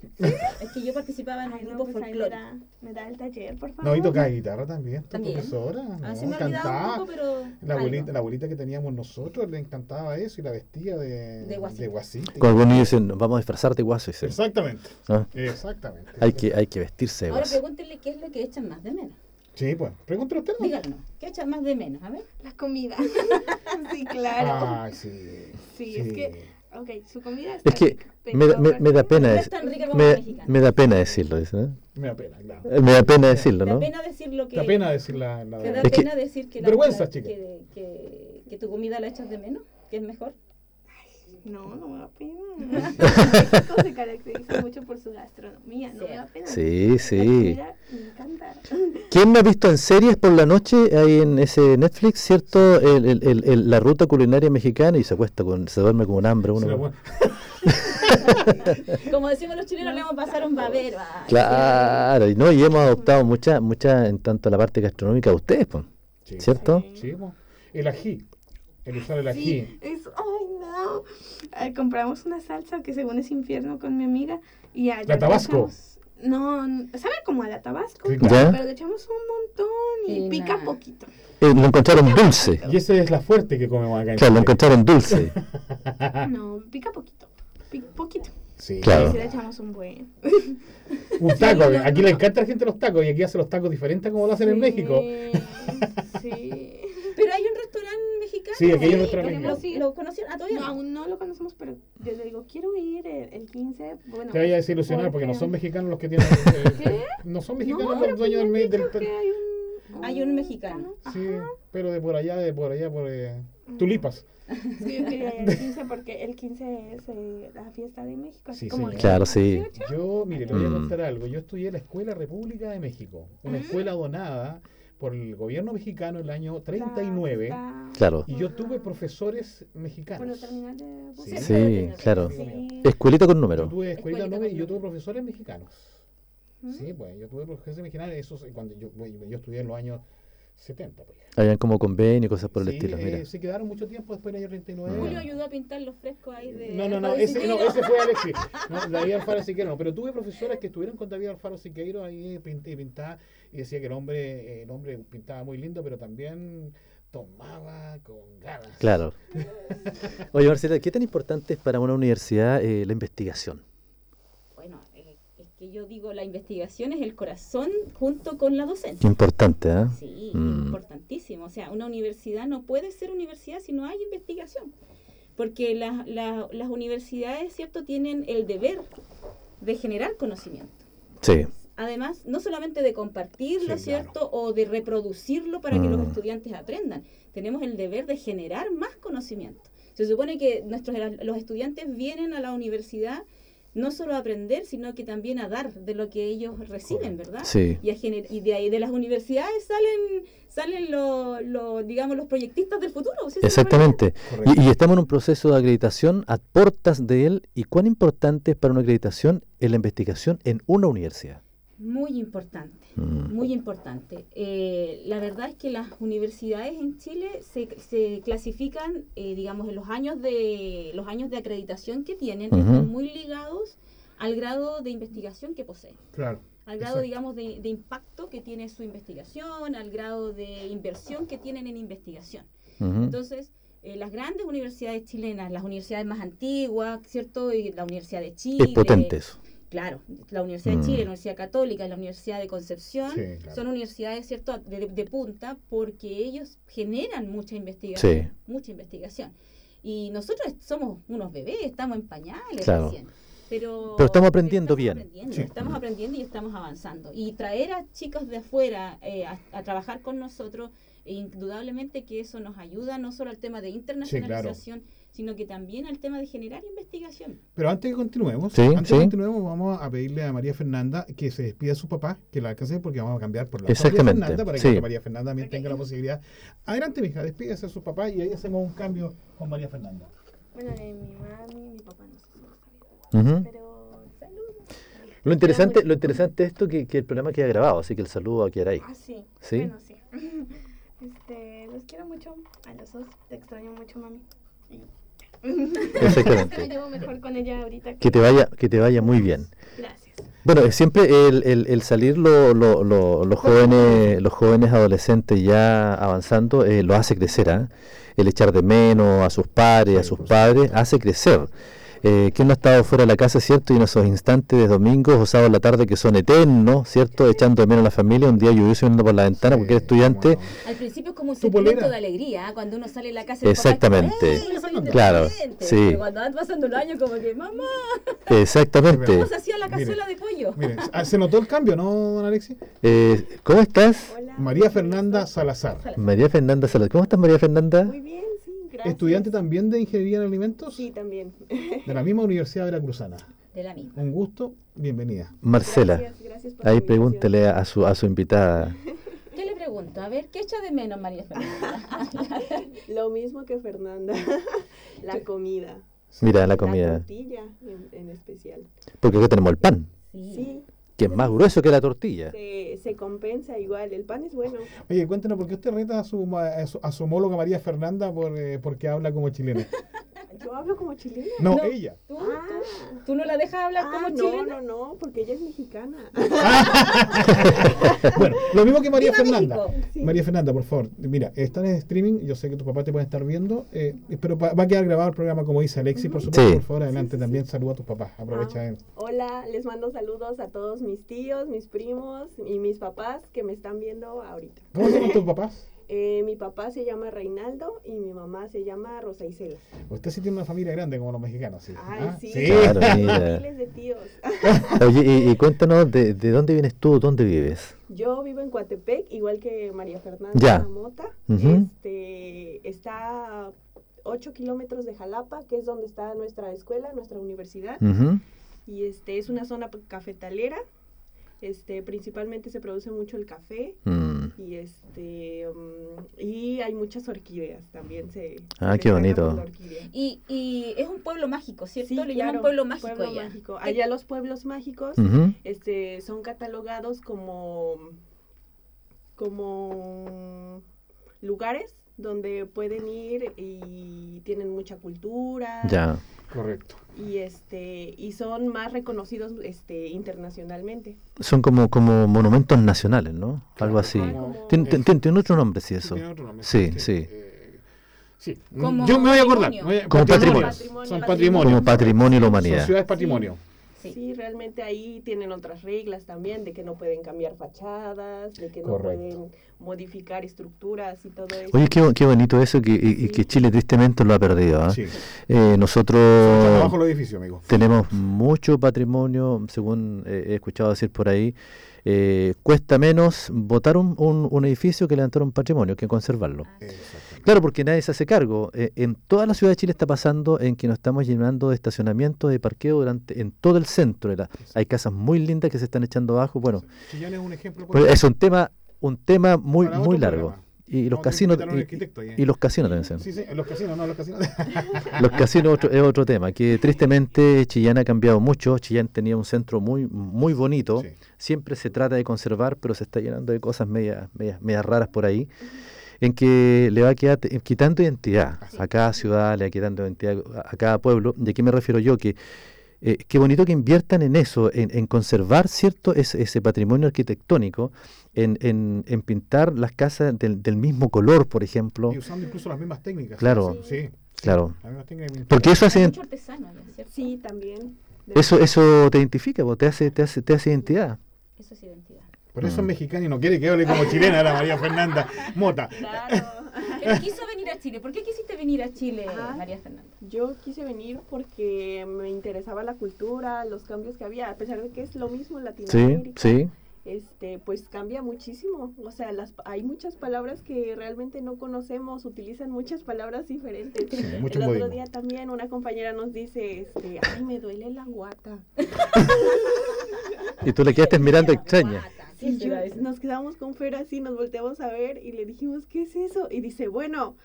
Es que yo participaba en un Ay, no, grupo pues ahí me folclórico. da, me da el taller, por favor. No, y tocaba guitarra también. tu También. profesora. A Ah, No, veces me olvidaba un cantaba. poco, pero. La abuelita, algo. la abuelita que teníamos nosotros le encantaba eso y la vestía de, De guasita. guasita. con algunos dicen, vamos a disfrazarte guaso. dicen. Exactamente, Ah, exactamente. Hay que, hay que vestirse de Ahora guaso. pregúntenle qué es lo que echan más de menos. Sí, pues. Pregúntale usted, ¿no? Díganos, ¿qué echa más de menos? A ver. La comida. sí, claro. Ah, sí. sí, es que, ok, su comida está Es que rica, me, da- pero me- me da pena No es decir- tan rica como la me, mexicana. me da pena decirlo, dice, ¿no? Me da pena, claro. Eh, Me da pena decirlo, Da ¿no? pena decir lo que... Da pena decir la, la ¿Te da verdad. Es que- pena decir que, la- Vergüenza, la- chica. que, que- que tu comida la echas de menos? ¿Que es mejor? No, no me da pena. México se caracteriza mucho por su gastronomía, no me da pena. Sí, La sí. comida me encanta. ¿Quién me ha visto en series por la noche ahí en ese Netflix, cierto? El- el- el- el- la ruta culinaria mexicana y se acuesta con, se duerme con un hambre. Se Uno, la pon- Como decimos los chilenos, le vamos a pasar un babero. a- Claro, y no, y hemos adoptado mucha, mucha en tanto la parte gastronómica de ustedes, po, Sí. ¿cierto? Sí, pues. El ají. El usar el ají. Sí, es, ay no. Ah, compramos una salsa que según es infierno con mi amiga y allá ¿La le Tabasco? echamos- No, n- sabe como a la Tabasco, Sí, claro. pero le echamos un montón y Y pica nada. poquito. Eh, lo encontraron dulce. Y esa es la fuerte que comemos acá en Claro, lo Chile. encontraron dulce. No, pica poquito. pi- poquito. Sí. Ah. Claro. Y si le echamos un buen. Un taco. Aquí le encanta a la gente los tacos y aquí hace los tacos diferentes a como lo hacen en Sí, México. Sí. Pero hay un restaurante mexicano. Sí, aquí hay un Sí, restaurante ¿Lo, mexicano. tenemos- lo conocieron? Ah, todavía No, no. aún no lo conocemos, pero yo le digo, quiero ir el, el 15. Bueno, pues, Te vaya a desilusionar porque no son mexicanos los que tienen. eh, ¿Qué? No son No, mexicanos pero los dueños del, pues me me- han del dicho que hay un, Hay un mexicano. Sí, pero de por allá, de por allá, por. eh, Mm. tulipas. Es que yo quería ir el 15 porque el 15 es eh, la fiesta de México. Así Sí, como señor. el Claro, sí. 18. Yo, mire, le voy a Mm. contar algo. Yo estudié en la Escuela República de México, una escuela donada por el gobierno mexicano en el año 39. Está- Claro. Y yo tuve profesores Por la mexicanos. terminal de Sí. buses. Sí, claro. Sí. Escuelita con Yo número. tuve escuelita Escuelita nueva y yo con tuve profesores mexicanos. ¿Mm? Sí, pues yo tuve profesores mexicanos. Esos, cuando yo, bueno, yo estudié en los años 70. Pues. Habían como convenio y cosas por el Sí, estilo, eh, mira. se quedaron mucho tiempo después del año 39. Mm. Julio ayudó a pintar los frescos ahí de. No, no, no, de ese, no, Siqueiro. ese fue Alexis. No, David Alfaro Siqueiro, no. Pero tuve profesoras que estuvieron con David Alfaro Siqueiro ahí pint- y pintaba y decía que el hombre, el hombre pintaba muy lindo, pero también tomaba con ganas. Claro. Oye, Marcela, ¿qué tan importante es para una universidad eh, la investigación? Bueno, eh, es que yo digo, la investigación es el corazón junto con la docencia. Importante, ¿eh? Sí, Mm. importantísimo. O sea, una universidad no puede ser universidad si no hay investigación. Porque las, la- las universidades, ¿cierto?, tienen el deber de generar conocimiento. Sí. Además, no solamente de compartirlo, Sí, claro. ¿cierto?, o de reproducirlo para que los Mm. estudiantes aprendan. Tenemos el deber de generar más conocimiento. Se supone que nuestros, los estudiantes vienen a la universidad no solo a aprender, sino que también a dar de lo que ellos reciben, ¿verdad? Sí. y, a gener- y de ahí de las universidades salen salen los los, digamos los proyectistas del futuro ¿sí? Exactamente. Correcto. Y, y estamos en un proceso de acreditación a portas de él. ¿Y cuán importante es para una acreditación en la investigación en una universidad? muy importante Mm. muy importante Eh, la verdad es que las universidades en Chile se, se clasifican eh, digamos en los años de los años de acreditación que tienen Ujú. están muy ligados al grado de investigación que poseen Claro. al grado, Exacto. digamos, de, de impacto que tiene su investigación, al grado de inversión que tienen en investigación. Ujú. Entonces, eh, las grandes universidades chilenas, las universidades más antiguas, ¿cierto? Y la Universidad de Chile. es potente eso. Claro, la Universidad de Mm. Chile, la Universidad Católica, la Universidad de Concepción, Sí, claro. son universidades, ¿cierto?, de, de punta porque ellos generan mucha Sí. investigación. Mucha investigación. Y nosotros somos unos bebés, estamos en pañales Claro. recién. Pero, Pero estamos aprendiendo bien. aprendiendo, Sí. Estamos aprendiendo y estamos avanzando. Y traer a chicos de afuera eh, a, a trabajar con nosotros, e indudablemente que eso nos ayuda no solo al tema de internacionalización, sino que también al tema de generar investigación. Pero antes que continuemos, Sí, antes sí. que continuemos, vamos a pedirle a María Fernanda que se despida de su papá, que la alcance porque vamos a cambiar por la propia Exactamente, Fernanda para que sí. la María Fernanda también tenga la posibilidad. Adelante, mija, despídase de su papá y ahí hacemos un cambio con María Fernanda. Bueno, de mi mami, mi papá, no sé si lo está viendo. Ujú. Pero saludos. ¿Mm? Lo interesante, mucho. lo interesante es esto que, que el programa queda grabado, así que el saludo va a quedar ahí. Ah, sí. ¿Sí? Bueno, sí. Este, los quiero mucho a los dos. Te extraño mucho, mami. Es que me Exactamente. llevo mejor con ella ahorita. Que te vaya, que te vaya muy bien. Gracias. Bueno, eh, siempre el, el- el salir lo- lo- lo- los jóvenes, los jóvenes adolescentes ya avanzando, eh, lo hace crecer, ¿ah? El echar de menos a sus padres, a sus padres, hace crecer. Eh, ¿Quién no ha estado fuera de la casa, cierto? Y en esos instantes de domingos o sábado en la tarde que son eternos, ¿cierto? Echando de menos a la familia, un día lluvioso andando por la ventana porque eres estudiante. cómo no. Al principio es como un Tu sentimiento polera. de alegría, ¿ah? cuando uno sale de la casa y el papá Exactamente. es como, "Ey, soy independiente". Claro, sí. Pero cuando van pasando los años, como que, mamá, Exactamente. ¿cómo se hacía la Mire. cazuela de pollo? Mire, ah, se notó el cambio, ¿no, don Alexis? Eh, ¿Cómo estás? Hola. María Fernanda Salazar. María Fernanda Salas. ¿Cómo estás, María Fernanda? Muy bien, sí, gracias. Estudiante también de Ingeniería en Alimentos Sí, también. de la misma Universidad Veracruzana. De la misma. Un gusto, bienvenida. Marcela. Gracias, gracias por la Ahí invitación. pregúntele a su, a su invitada. ¿Qué le pregunto? A ver, ¿qué echa de menos María Fernanda? Lo mismo que Fernanda. la comida. Mira la La comida. tortilla en, en especial. Porque acá tenemos el pan, Sí, que es más grueso que la tortilla. se, se compensa igual. El pan es bueno. Oye, cuéntenos, ¿por qué usted reta a su, ma- a su, a su homóloga María Fernanda por, eh, porque habla como chilena? Yo hablo como chilena. No, No. ella. ¿Tú, Ah. tú, tú no la dejas hablar Ah, como no, chilena? no, no, porque ella es mexicana. Bueno, lo mismo que María ¡Viva Fernanda. México! Sí. María Fernanda, por favor, mira, están en streaming, yo sé que tus papás te pueden estar viendo, eh, pero pa- va a quedar grabado el programa como dice Alexis, por supuesto, Sí. por favor, adelante también, saluda a tus papás, Ah. aprovecha eh. él. Hola, les mando saludos a todos mis tíos, mis primos y mis papás que me están viendo ahorita. ¿Cómo se llaman tus papás? Eh, mi papá se llama Reinaldo y mi mamá se llama Rosa Isela. Usted sí tiene una familia grande como los mexicanos, sí. Ay, ¿Ah? sí. Claro, mira. Miles de tíos. Oye, y, y cuéntanos, de, de dónde vienes tú? ¿Dónde vives? Yo vivo en Coatepec, igual que María Fernanda Ya. Mota. Ujú. este, está a 8 kilómetros de Jalapa, que es donde está nuestra escuela, nuestra universidad. Ujú. Y este, es una zona p- cafetalera. Este, principalmente se produce mucho el café. Mm. Y este mm, y hay muchas orquídeas también se Ah, se qué destaca bonito. por la orquídea. Y, y es un pueblo mágico, ¿cierto? Sí, le llaman claro, pueblo mágico pueblo allá. mágico. ¿Qué- Allá los pueblos mágicos Ujú. este, son catalogados como, como lugares donde pueden ir y tienen mucha cultura Ya. Correcto. y este y son más reconocidos este internacionalmente. Son como, como monumentos nacionales, ¿no? Algo así. Ajá, como- Tien- tien- tien- Tiene otro nombre, sí, eso. Tiene otro nombre, Sí, sí. eh, sí. Como yo me voy a acordar. patrimonio. me voy a- Como patrimonio. patrimonio. Son Patrimonio. patrimonio. Como patrimonio de la Son humanidad. ciudades patrimonio. Sí. Sí. realmente ahí tienen otras reglas también de que no pueden cambiar fachadas, de que Correcto. no pueden modificar estructuras y todo eso. Oye, qué, bo- qué bonito eso que, y, y que Chile tristemente lo ha perdido. ¿ah? Sí. Eh, Están nosotros abajo los edificios, amigo. tenemos mucho patrimonio, según eh, he escuchado decir por ahí. Eh, cuesta menos votar un, un- un edificio que levantar un patrimonio, que conservarlo. Exactamente. Claro, porque nadie se hace cargo. Eh, en toda la ciudad de Chile está pasando en que nos estamos llenando de estacionamientos, de parqueo durante, en todo el centro. de la- hay casas muy lindas que se están echando abajo. Bueno, Chillán es un ejemplo. pero es un tema, un tema muy, Para muy otro largo. programa. Y los Vamos a casinos. invitar a un Y, arquitecto ahí, eh. y los casinos también. se ven. Sí, sí, en los casinos, no en los casinos. Los casinos otro- es otro tema, que tristemente Chillán ha cambiado mucho. Chillán tenía un centro muy, muy bonito. Sí. Siempre se trata de conservar, pero se está llenando de cosas medias, medias, medias raras por ahí, en que le va quedar- eh, quitando identidad a cada ciudad, le va quitando identidad a a cada pueblo. ¿De qué me refiero yo? Que eh, qué bonito que inviertan en eso, en, en conservar cierto ese, ese patrimonio arquitectónico, en, en- en pintar las casas del, del mismo color, por ejemplo. Y usando incluso las mismas técnicas. Claro. Sí. sí, Claro. Las mismas técnicas. de Porque eso Hay hace, mucho artesano allá, ¿cierto? Sí, también. De- Eso, eso te identifica, vos, te hace, te hace, te hace identidad. Eso es identidad. Por eso es mexicana y no quiere que hable como chilena la María Fernanda Mota. Claro. Pero quiso venir a Chile. ¿Por qué quisiste venir a Chile, Ajá. María Fernanda? Yo quise venir porque me interesaba la cultura, los cambios que había, a pesar de que es lo mismo en Sí, Latinoamérica. sí. Este, pues cambia muchísimo. O sea, las, hay muchas palabras que realmente no conocemos, utilizan muchas palabras diferentes. mucho El modismo. otro día también una compañera nos dice, este, ay, me duele la guata. Y tú le quedaste mirando extraña. Y yo- nos quedamos con Fer así, nos volteamos a ver y le dijimos, ¿qué es eso? Y dice, bueno,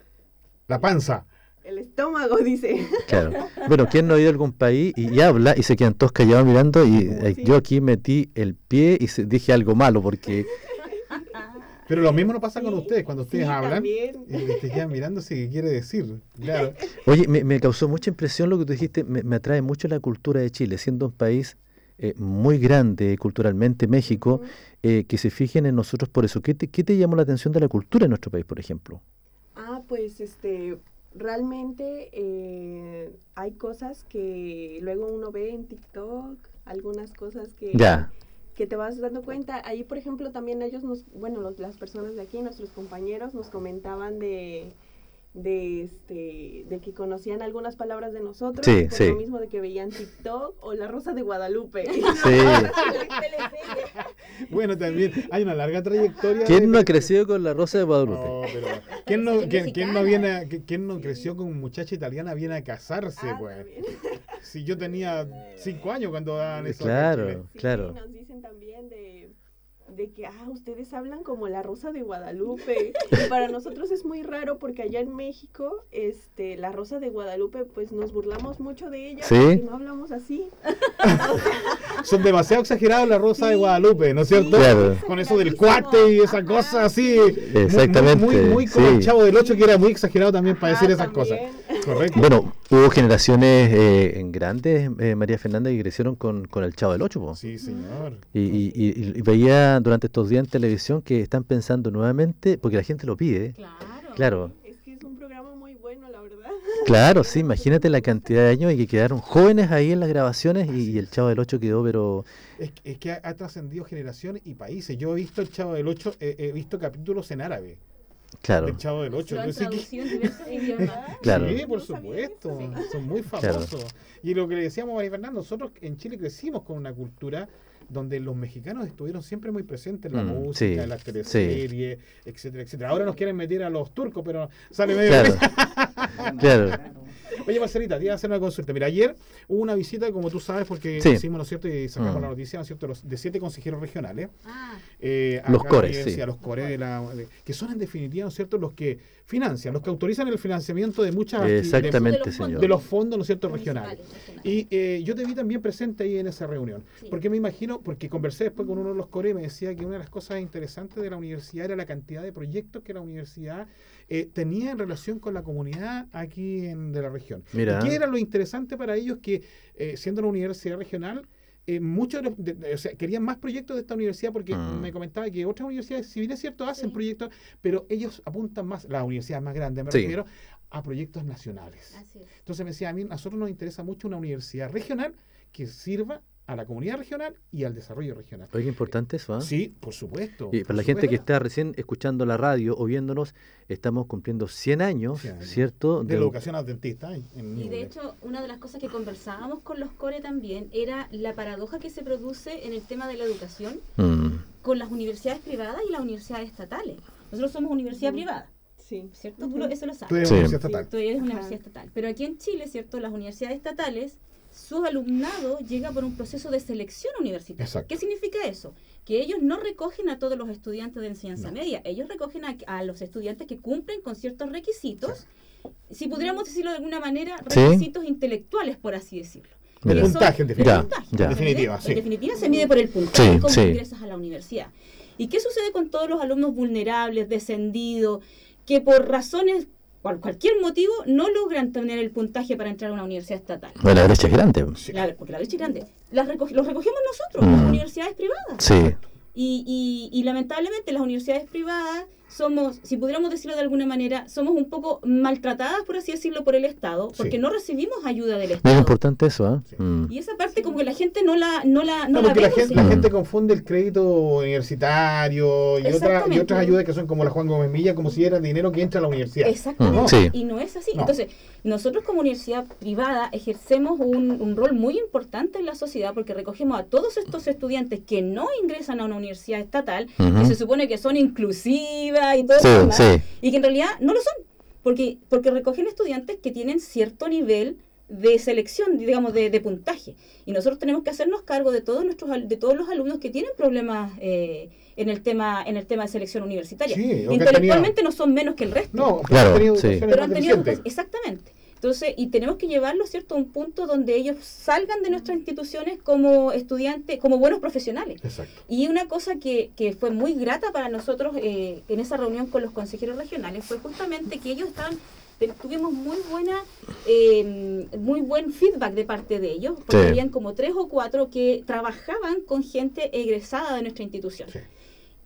La panza. el estómago, dice. Claro. Bueno, ¿quién no ha ido a algún país y, y habla y se quedan todos callados mirando? Y eh, yo aquí metí el pie y se- dije algo malo porque Pero lo mismo no pasa con Sí, ustedes. Cuando ustedes sí, hablan, también. y te quedan mirando si qué quiere decir. Claro. Oye, me, me causó mucha impresión lo que tú dijiste, me, me atrae mucho la cultura de Chile, siendo un país eh, muy grande culturalmente, México, eh, que se fijen en nosotros por eso. ¿Qué te, ¿Qué te llamó la atención de la cultura en nuestro país, por ejemplo? Ah, pues este, realmente eh, hay cosas que luego uno ve en TikTok, algunas cosas que, Ya. que te vas dando cuenta. Ahí, por ejemplo, también ellos nos, bueno, los- las personas de aquí, nuestros compañeros, nos comentaban de de este de que conocían algunas palabras de nosotros Sí, por sí. lo mismo de que veían TikTok o la rosa de Guadalupe Ah, Sí. Bueno, también hay una larga trayectoria. de ¿Quién no ha películas. crecido con la Rosa de Guadalupe? No, pero ¿quién no, Sí, quién- quién no mexicana. viene a- qui- quién no creció con muchacha italiana viene a casarse, Ah, güey? también. Si yo tenía cinco años cuando daban eso. acá en Chile. Claro, Sí, claro. nos dicen también de, de que, ah, ustedes hablan como la rosa de Guadalupe. y para nosotros es muy raro porque allá en México, este, la rosa de Guadalupe, pues nos burlamos mucho de ella. Sí. porque no hablamos así. Son demasiado exagerados la rosa de Guadalupe, ¿no es cierto? Claro. Con eso del cuate y esa cosa así. muy- Exactamente, Muy, muy, como sí. el chavo del 8 que era muy exagerado también Ah, para decir esas cosas. Correcto. Bueno, hubo generaciones eh, en grandes, eh, María Fernanda, que crecieron con, con el Chavo del Ocho. po. Sí, señor. Y, y- y- y veía durante estos días en televisión que están pensando nuevamente, porque la gente lo pide. Claro. Claro, Es que es un programa muy bueno, la verdad. claro, sí, imagínate la cantidad de años y que quedaron jóvenes ahí en las grabaciones y, y el Chavo del Ocho quedó, pero... Es, que- es que ha, ha trascendido generaciones y países. Yo he visto el chavo del 8, he visto capítulos en árabe. Claro, El chavo del 8. Lo han traducido en diversos Ah, idiomas. claro. Sí, por No sabía supuesto, eso. son muy Claro. famosos. Y lo que le decíamos a María Fernanda, nosotros en Chile crecimos con una cultura donde los mexicanos estuvieron siempre muy presentes en la Mm, música, sí, en las teleseries, etcétera, etcétera. Ahora nos quieren meter a los turcos, pero sale medio... Claro, claro. Oye, Marcelita, te iba a hacer una consulta. Mira, ayer hubo una visita, como tú sabes, porque Sí. hicimos, ¿no es cierto?, y sacamos Mm. la noticia, ¿no es cierto?, Los- de siete consejeros regionales. Ah, eh, Los acá a la cores, sí. universidad, Los cores, de la- de- que son en definitiva, ¿no es cierto?, los que financian, los que autorizan el financiamiento de muchas... acti- de- Exactamente, señor. de los fondos, ¿no es cierto?, regionales. municipales, regionales. Y eh, yo te vi también presente ahí en esa reunión, Sí. porque me imagino, porque conversé después con uno de los coreos y me decía que una de las cosas interesantes de la universidad era la cantidad de proyectos que la universidad eh, tenía en relación con la comunidad aquí en- de la región. Mira. ¿Y qué era lo interesante para ellos que, eh, siendo una universidad regional, eh, muchos de los- de- de- o sea, querían más proyectos de esta universidad porque Mm. me comentaba que otras universidades, si bien es cierto, hacen Sí. proyectos, pero ellos apuntan más, las universidades más grandes me Sí. refiero, a proyectos nacionales. Así es. Entonces me decía, a mí a nosotros nos interesa mucho una universidad regional que sirva a la comunidad regional y al desarrollo regional. Oye, qué importante eso, ¿ah? Sí, por supuesto. Y para por la gente que supuesto. está recién escuchando la radio o viéndonos, estamos cumpliendo 100 años, 100 años. ¿cierto? de un- la educación adventista. en- en Y Ñuble. de hecho, una de las cosas que conversábamos con los core también era la paradoja que se produce en el tema de la educación Mm, con las universidades privadas y las universidades estatales. Nosotros somos universidad Ujú. privada, Sí. ¿cierto? Tú lo- eso lo Tú sabes. eres Sí. universidad estatal. Tú eres una Ajá. universidad estatal. Pero aquí en Chile, ¿cierto? Las universidades estatales, su alumnado llega por un proceso de selección universitaria. Exacto. ¿Qué significa eso? Que ellos no recogen a todos los estudiantes de enseñanza No. media, ellos recogen a, a los estudiantes que cumplen con ciertos requisitos, si pudiéramos decirlo de alguna manera, Sí. requisitos intelectuales, por así decirlo. mira. Eso- Puntaje, en definitiva. Ya, ya. En Definitiva, sí. En definitiva, se mide por el puntaje, Sí, cómo sí. ingresas a la universidad. ¿Y qué sucede con todos los alumnos vulnerables, descendidos, que por razones, por cualquier motivo, no logran tener el puntaje para entrar a una universidad estatal? Bueno, la brecha es grande. Sí. La- porque la brecha es grande. Las reco- los recogemos nosotros, Mm. las universidades privadas. Sí, Y, y- y lamentablemente las universidades privadas somos, si pudiéramos decirlo de alguna manera, somos un poco maltratadas, por así decirlo, por el Estado, porque Sí. no recibimos ayuda del mira, Estado. importante eso, ¿ah? Sí. Mm. Y esa parte como que la gente no la, no la, No, no la Ah, porque la vemos, gente, la Mm. gente confunde el crédito universitario y, otra, y Exactamente. otras ayudas que son como la Juan Gómez Milla, como si era dinero que entra a la universidad. Exactamente. Mm, sí. Y no es así. No. Entonces, nosotros como universidad privada ejercemos un, un rol muy importante en la sociedad porque recogemos a todos estos estudiantes que no ingresan a una universidad estatal, que Ujú. se supone que son inclusivas y todo Sí, eso, demás, sí. Ah. y que en realidad no lo son, porque, porque recogen estudiantes que tienen cierto nivel de selección, digamos, de, de puntaje. Y nosotros tenemos que hacernos cargo de todos nuestros al- de todos los alumnos que tienen problemas eh, en el tema en el tema de selección universitaria. Sí, o que Intelectualmente no son menos que el resto No, pero Claro, han tenido sí. educaciones pero más han tenido deficientes. educación- exactamente entonces y tenemos que llevarlo cierto a un punto donde ellos salgan de nuestras instituciones como estudiantes como buenos profesionales Exacto. y una cosa que, que fue muy grata para nosotros eh, en esa reunión con los consejeros regionales fue justamente que ellos estaban te- tuvimos muy buena eh, muy buen feedback de parte de ellos porque Sí. habían como tres o cuatro que trabajaban con gente egresada de nuestra institución Sí.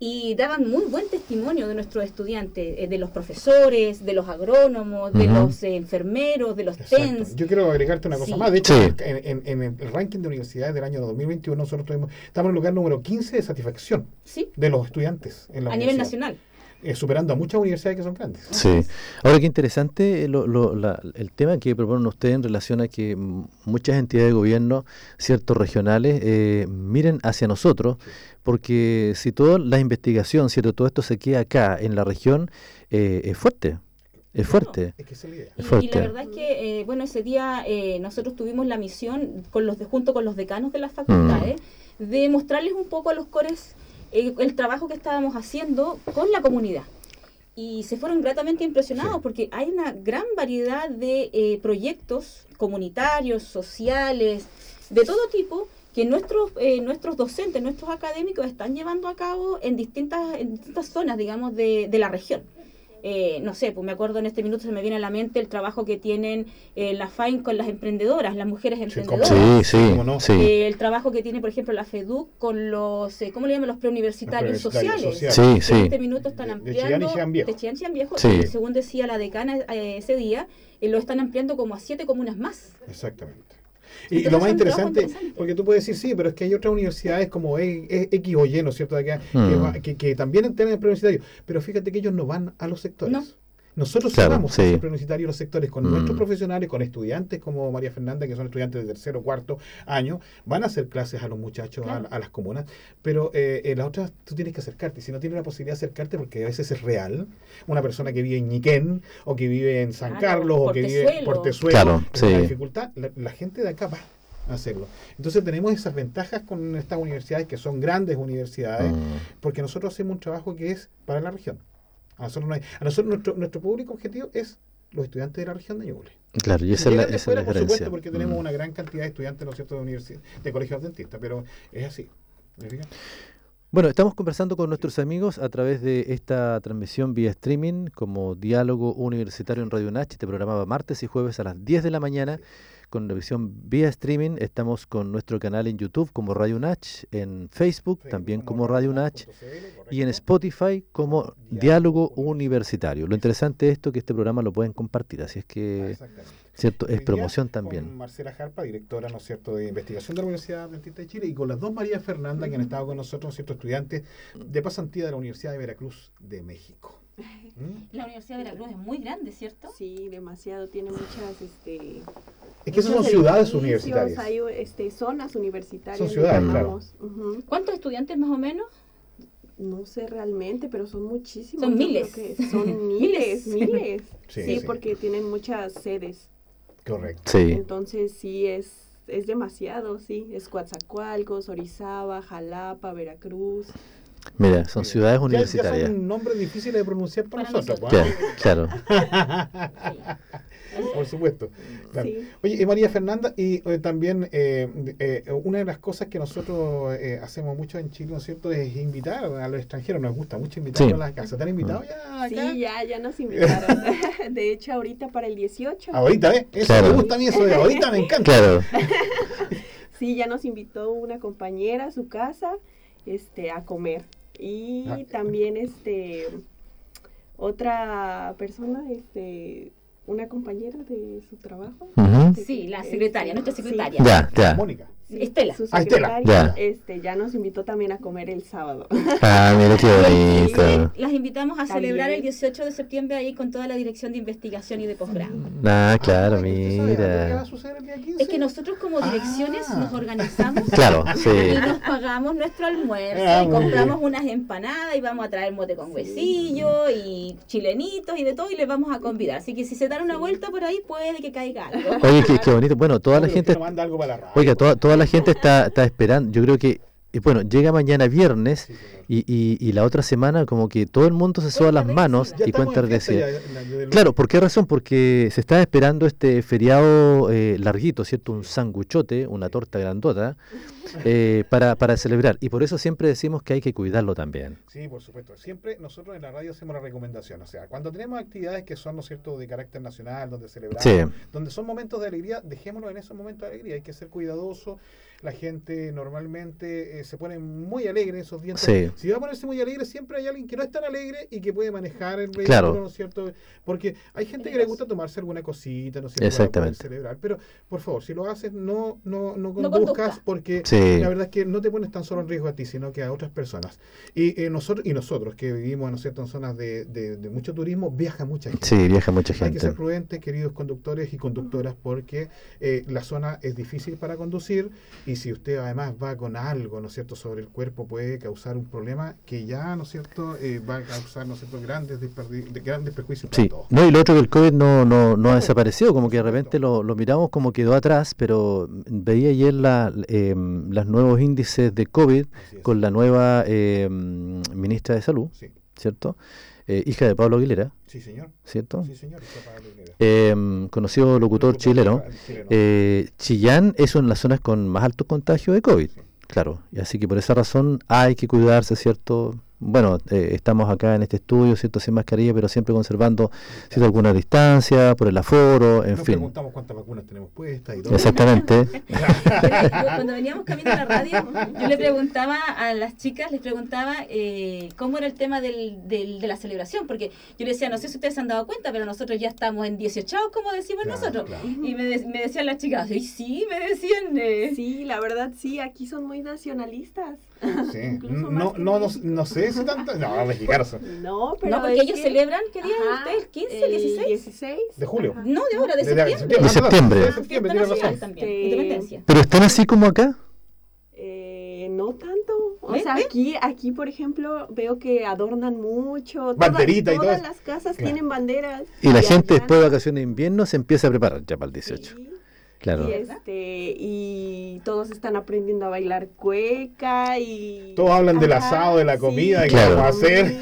y daban muy buen testimonio de nuestros estudiantes, eh, de los profesores, de los agrónomos, de Ujú. los eh, enfermeros, de los Exacto. TENS. Yo quiero agregarte una cosa Sí. más. De hecho, Sí. en, en- en el ranking de universidades del año 2021 nosotros tuvimos- estamos en el lugar número 15 de satisfacción Sí, de los estudiantes en la a nivel universidad, nacional. eh, superando a muchas universidades que son grandes. Sí. Ahora, qué interesante eh, lo- lo- la- el tema que proponen ustedes en relación a que mm, muchas entidades de gobierno, ciertos regionales, eh, miren hacia nosotros, porque si toda la investigación, ¿cierto? Todo esto se queda acá, en la región, eh, es fuerte. Es fuerte. Es que esa es la idea. Y- Y, Fuerte. la verdad es que, eh, bueno, ese día eh, nosotros tuvimos la misión, con los de- junto con los decanos de las facultades, de mostrarles un poco a los cores eh, el trabajo que estábamos haciendo con la comunidad. Y se fueron gratamente impresionados Sí. porque hay una gran variedad de eh, proyectos comunitarios, sociales, de todo tipo, que nuestros, eh, nuestros docentes, nuestros académicos están llevando a cabo en distintas, en distintas zonas, digamos, de, de la región. Eh, no sé, pues me acuerdo en este minuto se me viene a la mente el trabajo que tienen eh, la FAIN con las emprendedoras, las mujeres ¿cómo emprendedoras. no? Sí, sí, ¿Cómo no? Eh, el trabajo que tiene, por ejemplo, la FEDUC con los, eh, ¿cómo le llaman? Los preuniversitarios Los preuniversitarios sociales. sociales. Sí, En sí. este minuto están De- de ampliando. Chillán y Chillán Viejo. de Chillán y Chillán Viejo, Sí. y según decía la decana eh, ese día, eh, lo están ampliando como a siete comunas más. Exactamente. Y Entonces, lo más es un trabajo interesante, interesante. porque tú puedes decir, sí, pero es que hay otras universidades como E- E- X o Y, ¿no es cierto?, de acá, que Mm. va- que, que también tienen el preuniversitario. Pero fíjate que ellos no van a los sectores. No. Nosotros Claro, vamos sí. a los preuniversitarios y los sectores con Mm. nuestros profesionales, con estudiantes como María Fernanda, que son estudiantes de tercero o cuarto año, van a hacer clases a los muchachos, a- Claro. a, las comunas, pero eh, en las otras tú tienes que acercarte. Si no tienes la posibilidad de acercarte, porque a veces es real, una persona que vive en Ñiquén, o que vive en San Claro, Carlos, o que vive en Portezuelo. Portezuelo, Claro, es una sí. dificultad, la, la gente de acá va a hacerlo. Entonces tenemos esas ventajas con estas universidades que son grandes universidades, Mm. porque nosotros hacemos un trabajo que es para la región. A nosotros, no hay- a nosotros nuestro, nuestro público objetivo es los estudiantes de la región de Ñuble. Claro, y esa es la, Llegan de esa es fuera, la por diferencia. supuesto, porque tenemos Mm. una gran cantidad de estudiantes, ¿no es cierto?, de, universidad, de colegios dentistas, pero es así. ¿me fijas? Bueno, estamos conversando con nuestros amigos a través de esta transmisión vía streaming como Diálogo Universitario en Radio Nach. Este programa va martes y jueves a las 10 de la mañana con revisión vía streaming. Estamos con nuestro canal en YouTube como Radio Nach, en Facebook también como Radio Nach y en Spotify como Diálogo Universitario. Lo interesante de esto es que este programa lo pueden compartir, así es que Ah, Exactamente. cierto Hoy es día promoción Con también. Marcela Jarpa, directora, ¿no es cierto?, de investigación de la Universidad Dentista de Chile, y con las dos María Fernanda, que han estado con nosotros, ¿no es cierto?, estudiantes de pasantía de la Universidad de Veracruz de México. ¿Mm? La Universidad de Veracruz es muy grande, ¿cierto? Sí, demasiado. Tiene muchas, este... Es que esas son muchos ciudades edificios, universitarias. Hay este, zonas universitarias. Son le ciudades, claro. llamamos. Ujú. ¿Cuántos estudiantes más o menos? No sé realmente, pero son muchísimos. Son yo miles. creo que Son miles, miles. Sí, Sí, sí. porque tienen muchas sedes. Correcto. Sí, Entonces sí es es demasiado, sí. Es Coatzacoalcos, Orizaba, Jalapa, Veracruz. mira, son Sí. ciudades Ya- Ya, universitarias. son nombres difíciles de pronunciar para, Para nosotros. Ya, ¿ah? claro. Por supuesto. Claro. Sí. Oye, y María Fernanda, y eh, también eh, eh, una de las cosas que nosotros eh, hacemos mucho en Chile, ¿no es cierto?, es invitar a los extranjeros. Nos gusta mucho invitar Sí. a las casas. ¿Te han invitado ya acá? Sí, ya, ya nos invitaron. De hecho, ahorita para el 18. Ahorita, ¿eh? Eso Claro. me gusta a mí, eso de ahorita me encanta. Claro. Sí, ya nos invitó una compañera a su casa este, a comer. Y Ah. también este otra persona, este, una compañera de su trabajo. Este, Ujú. Sí, la secretaria, nuestra Sí. secretaria. Ya, ya. Mónica. Sí, Estela. Su Ah, Estela. secretaria, Ya. Este, ya nos invitó también a comer el sábado. Ah, mira qué Sí, bonito. Las invitamos a También. celebrar el 18 de septiembre ahí con toda la dirección de investigación y de posgrado. Ah, claro, Ay, ¿usted sabe algo que va a mira. suceder el día 15? Es que nosotros como direcciones Ah. nos organizamos Claro, sí. y nos pagamos nuestro almuerzo Ah, y muy compramos unas empanadas y vamos a traer mote con Sí. huesillo y chilenitos y de todo y les vamos a convidar. Así que si se dan una vuelta por ahí puede que caiga algo. Oye, qué, qué bonito. Bueno, toda No, la pero gente, usted no manda algo para la radio. oiga, toda, toda la gente está, está esperando. Yo creo que, eh, bueno, llega mañana viernes Sí, señor. y, y- y la otra semana como que todo el mundo se soba las manos Ya y estamos cuenta en fiesta decir. ya, la- la- la- Claro, ¿por qué razón? Porque se está esperando este feriado eh, larguito, ¿cierto? Un sanguchote, una torta grandota, eh, para, para celebrar. Y por eso siempre decimos que hay que cuidarlo también. Sí, por supuesto. Siempre nosotros en la radio hacemos la recomendación. O sea, cuando tenemos actividades que son, ¿no es cierto?, de carácter nacional, donde celebramos, Sí, donde son momentos de alegría, dejémoslo en esos momentos de alegría. Hay que ser cuidadoso. La gente normalmente eh, se pone muy alegre en esos dientes. Sí. Si va a ponerse muy alegre, siempre hay alguien que no es tan alegre y que puede manejar el vehículo, Claro. ¿no es cierto? Porque hay gente que le gusta tomarse alguna cosita, ¿no es cierto? Exactamente. Para poder celebrar. Pero, por favor, si lo haces, no, no, no conduzcas No conduzca. porque Sí. la verdad es que no te pones tan solo en riesgo a ti, sino que a otras personas. Y, eh, nosotros, y nosotros que vivimos, ¿no es cierto?, en zonas de, de- de mucho turismo, viaja mucha gente. Sí, viaja mucha Hay que gente. ser prudentes, queridos conductores y conductoras, porque eh, la zona es difícil para conducir y si usted además va con algo, ¿no es cierto?, sobre el cuerpo puede causar un problema que ya, ¿no es cierto?, eh, va a causar, ¿no es cierto?, grandes, desperdi- de- grandes perjuicios para Sí, todos. no, y lo otro que el COVID no, no, no ha desaparecido, como que de repente lo, lo miramos como quedó atrás, pero mm, veía ayer la, eh, los nuevos índices de COVID Así es. con la nueva eh, mm, ministra de Salud, Sí, ¿cierto? Eh, hija de Pablo Aguilera, sí, señor. ¿cierto? Sí, señor. Está para la idea. Eh, conocido locutor chileno. Chileno. Eh, Chillán es una de las zonas con más alto contagio de COVID, claro. Y así que por esa razón hay que cuidarse, ¿cierto? Bueno, eh, estamos acá en este estudio, ¿cierto? Sin mascarilla, pero siempre conservando ¿cierto? alguna distancia, por el aforo, en Nos fin. preguntamos cuántas vacunas tenemos puestas y todo. Exactamente. Yo- Cuando veníamos camino a la radio, Ah, yo le preguntaba a las chicas, les preguntaba eh, cómo era el tema del, del- de la celebración, porque yo les decía, no sé si ustedes se han dado cuenta, pero nosotros ya estamos en 18, como decimos Claro, nosotros. claro. Y me, de- me decían las chicas, y sí, me decían, eh, Sí, la verdad sí, aquí son muy nacionalistas. Sí. Incluso más No, que no, no, México. no sé si tantas. No, mexicanos. son. No, pero no, porque es ellos que- celebran, ¿qué día es Ajá, eh, ustedes? ¿El 15, el 16? 16. De julio. Ajá. No, de ahora, de De- de- septiembre. De septiembre. Ah, De perdón, septiembre, Fiesta tiene nacional razón. también, Este- independencia. Pero están así como acá. Eh, no tanto. O ¿Ves? sea, ¿Ves? aquí, aquí, por ejemplo, veo que adornan mucho. Toda- Banderita y todo Todas eso. las casas Claro. tienen banderas. Y la gente allá- después de vacaciones de invierno se empieza a preparar ya para el 18. Sí. Claro. Y, este, y todos están aprendiendo a bailar cueca y... Todos hablan del asado, de la comida, de qué a Claro. vamos a hacer.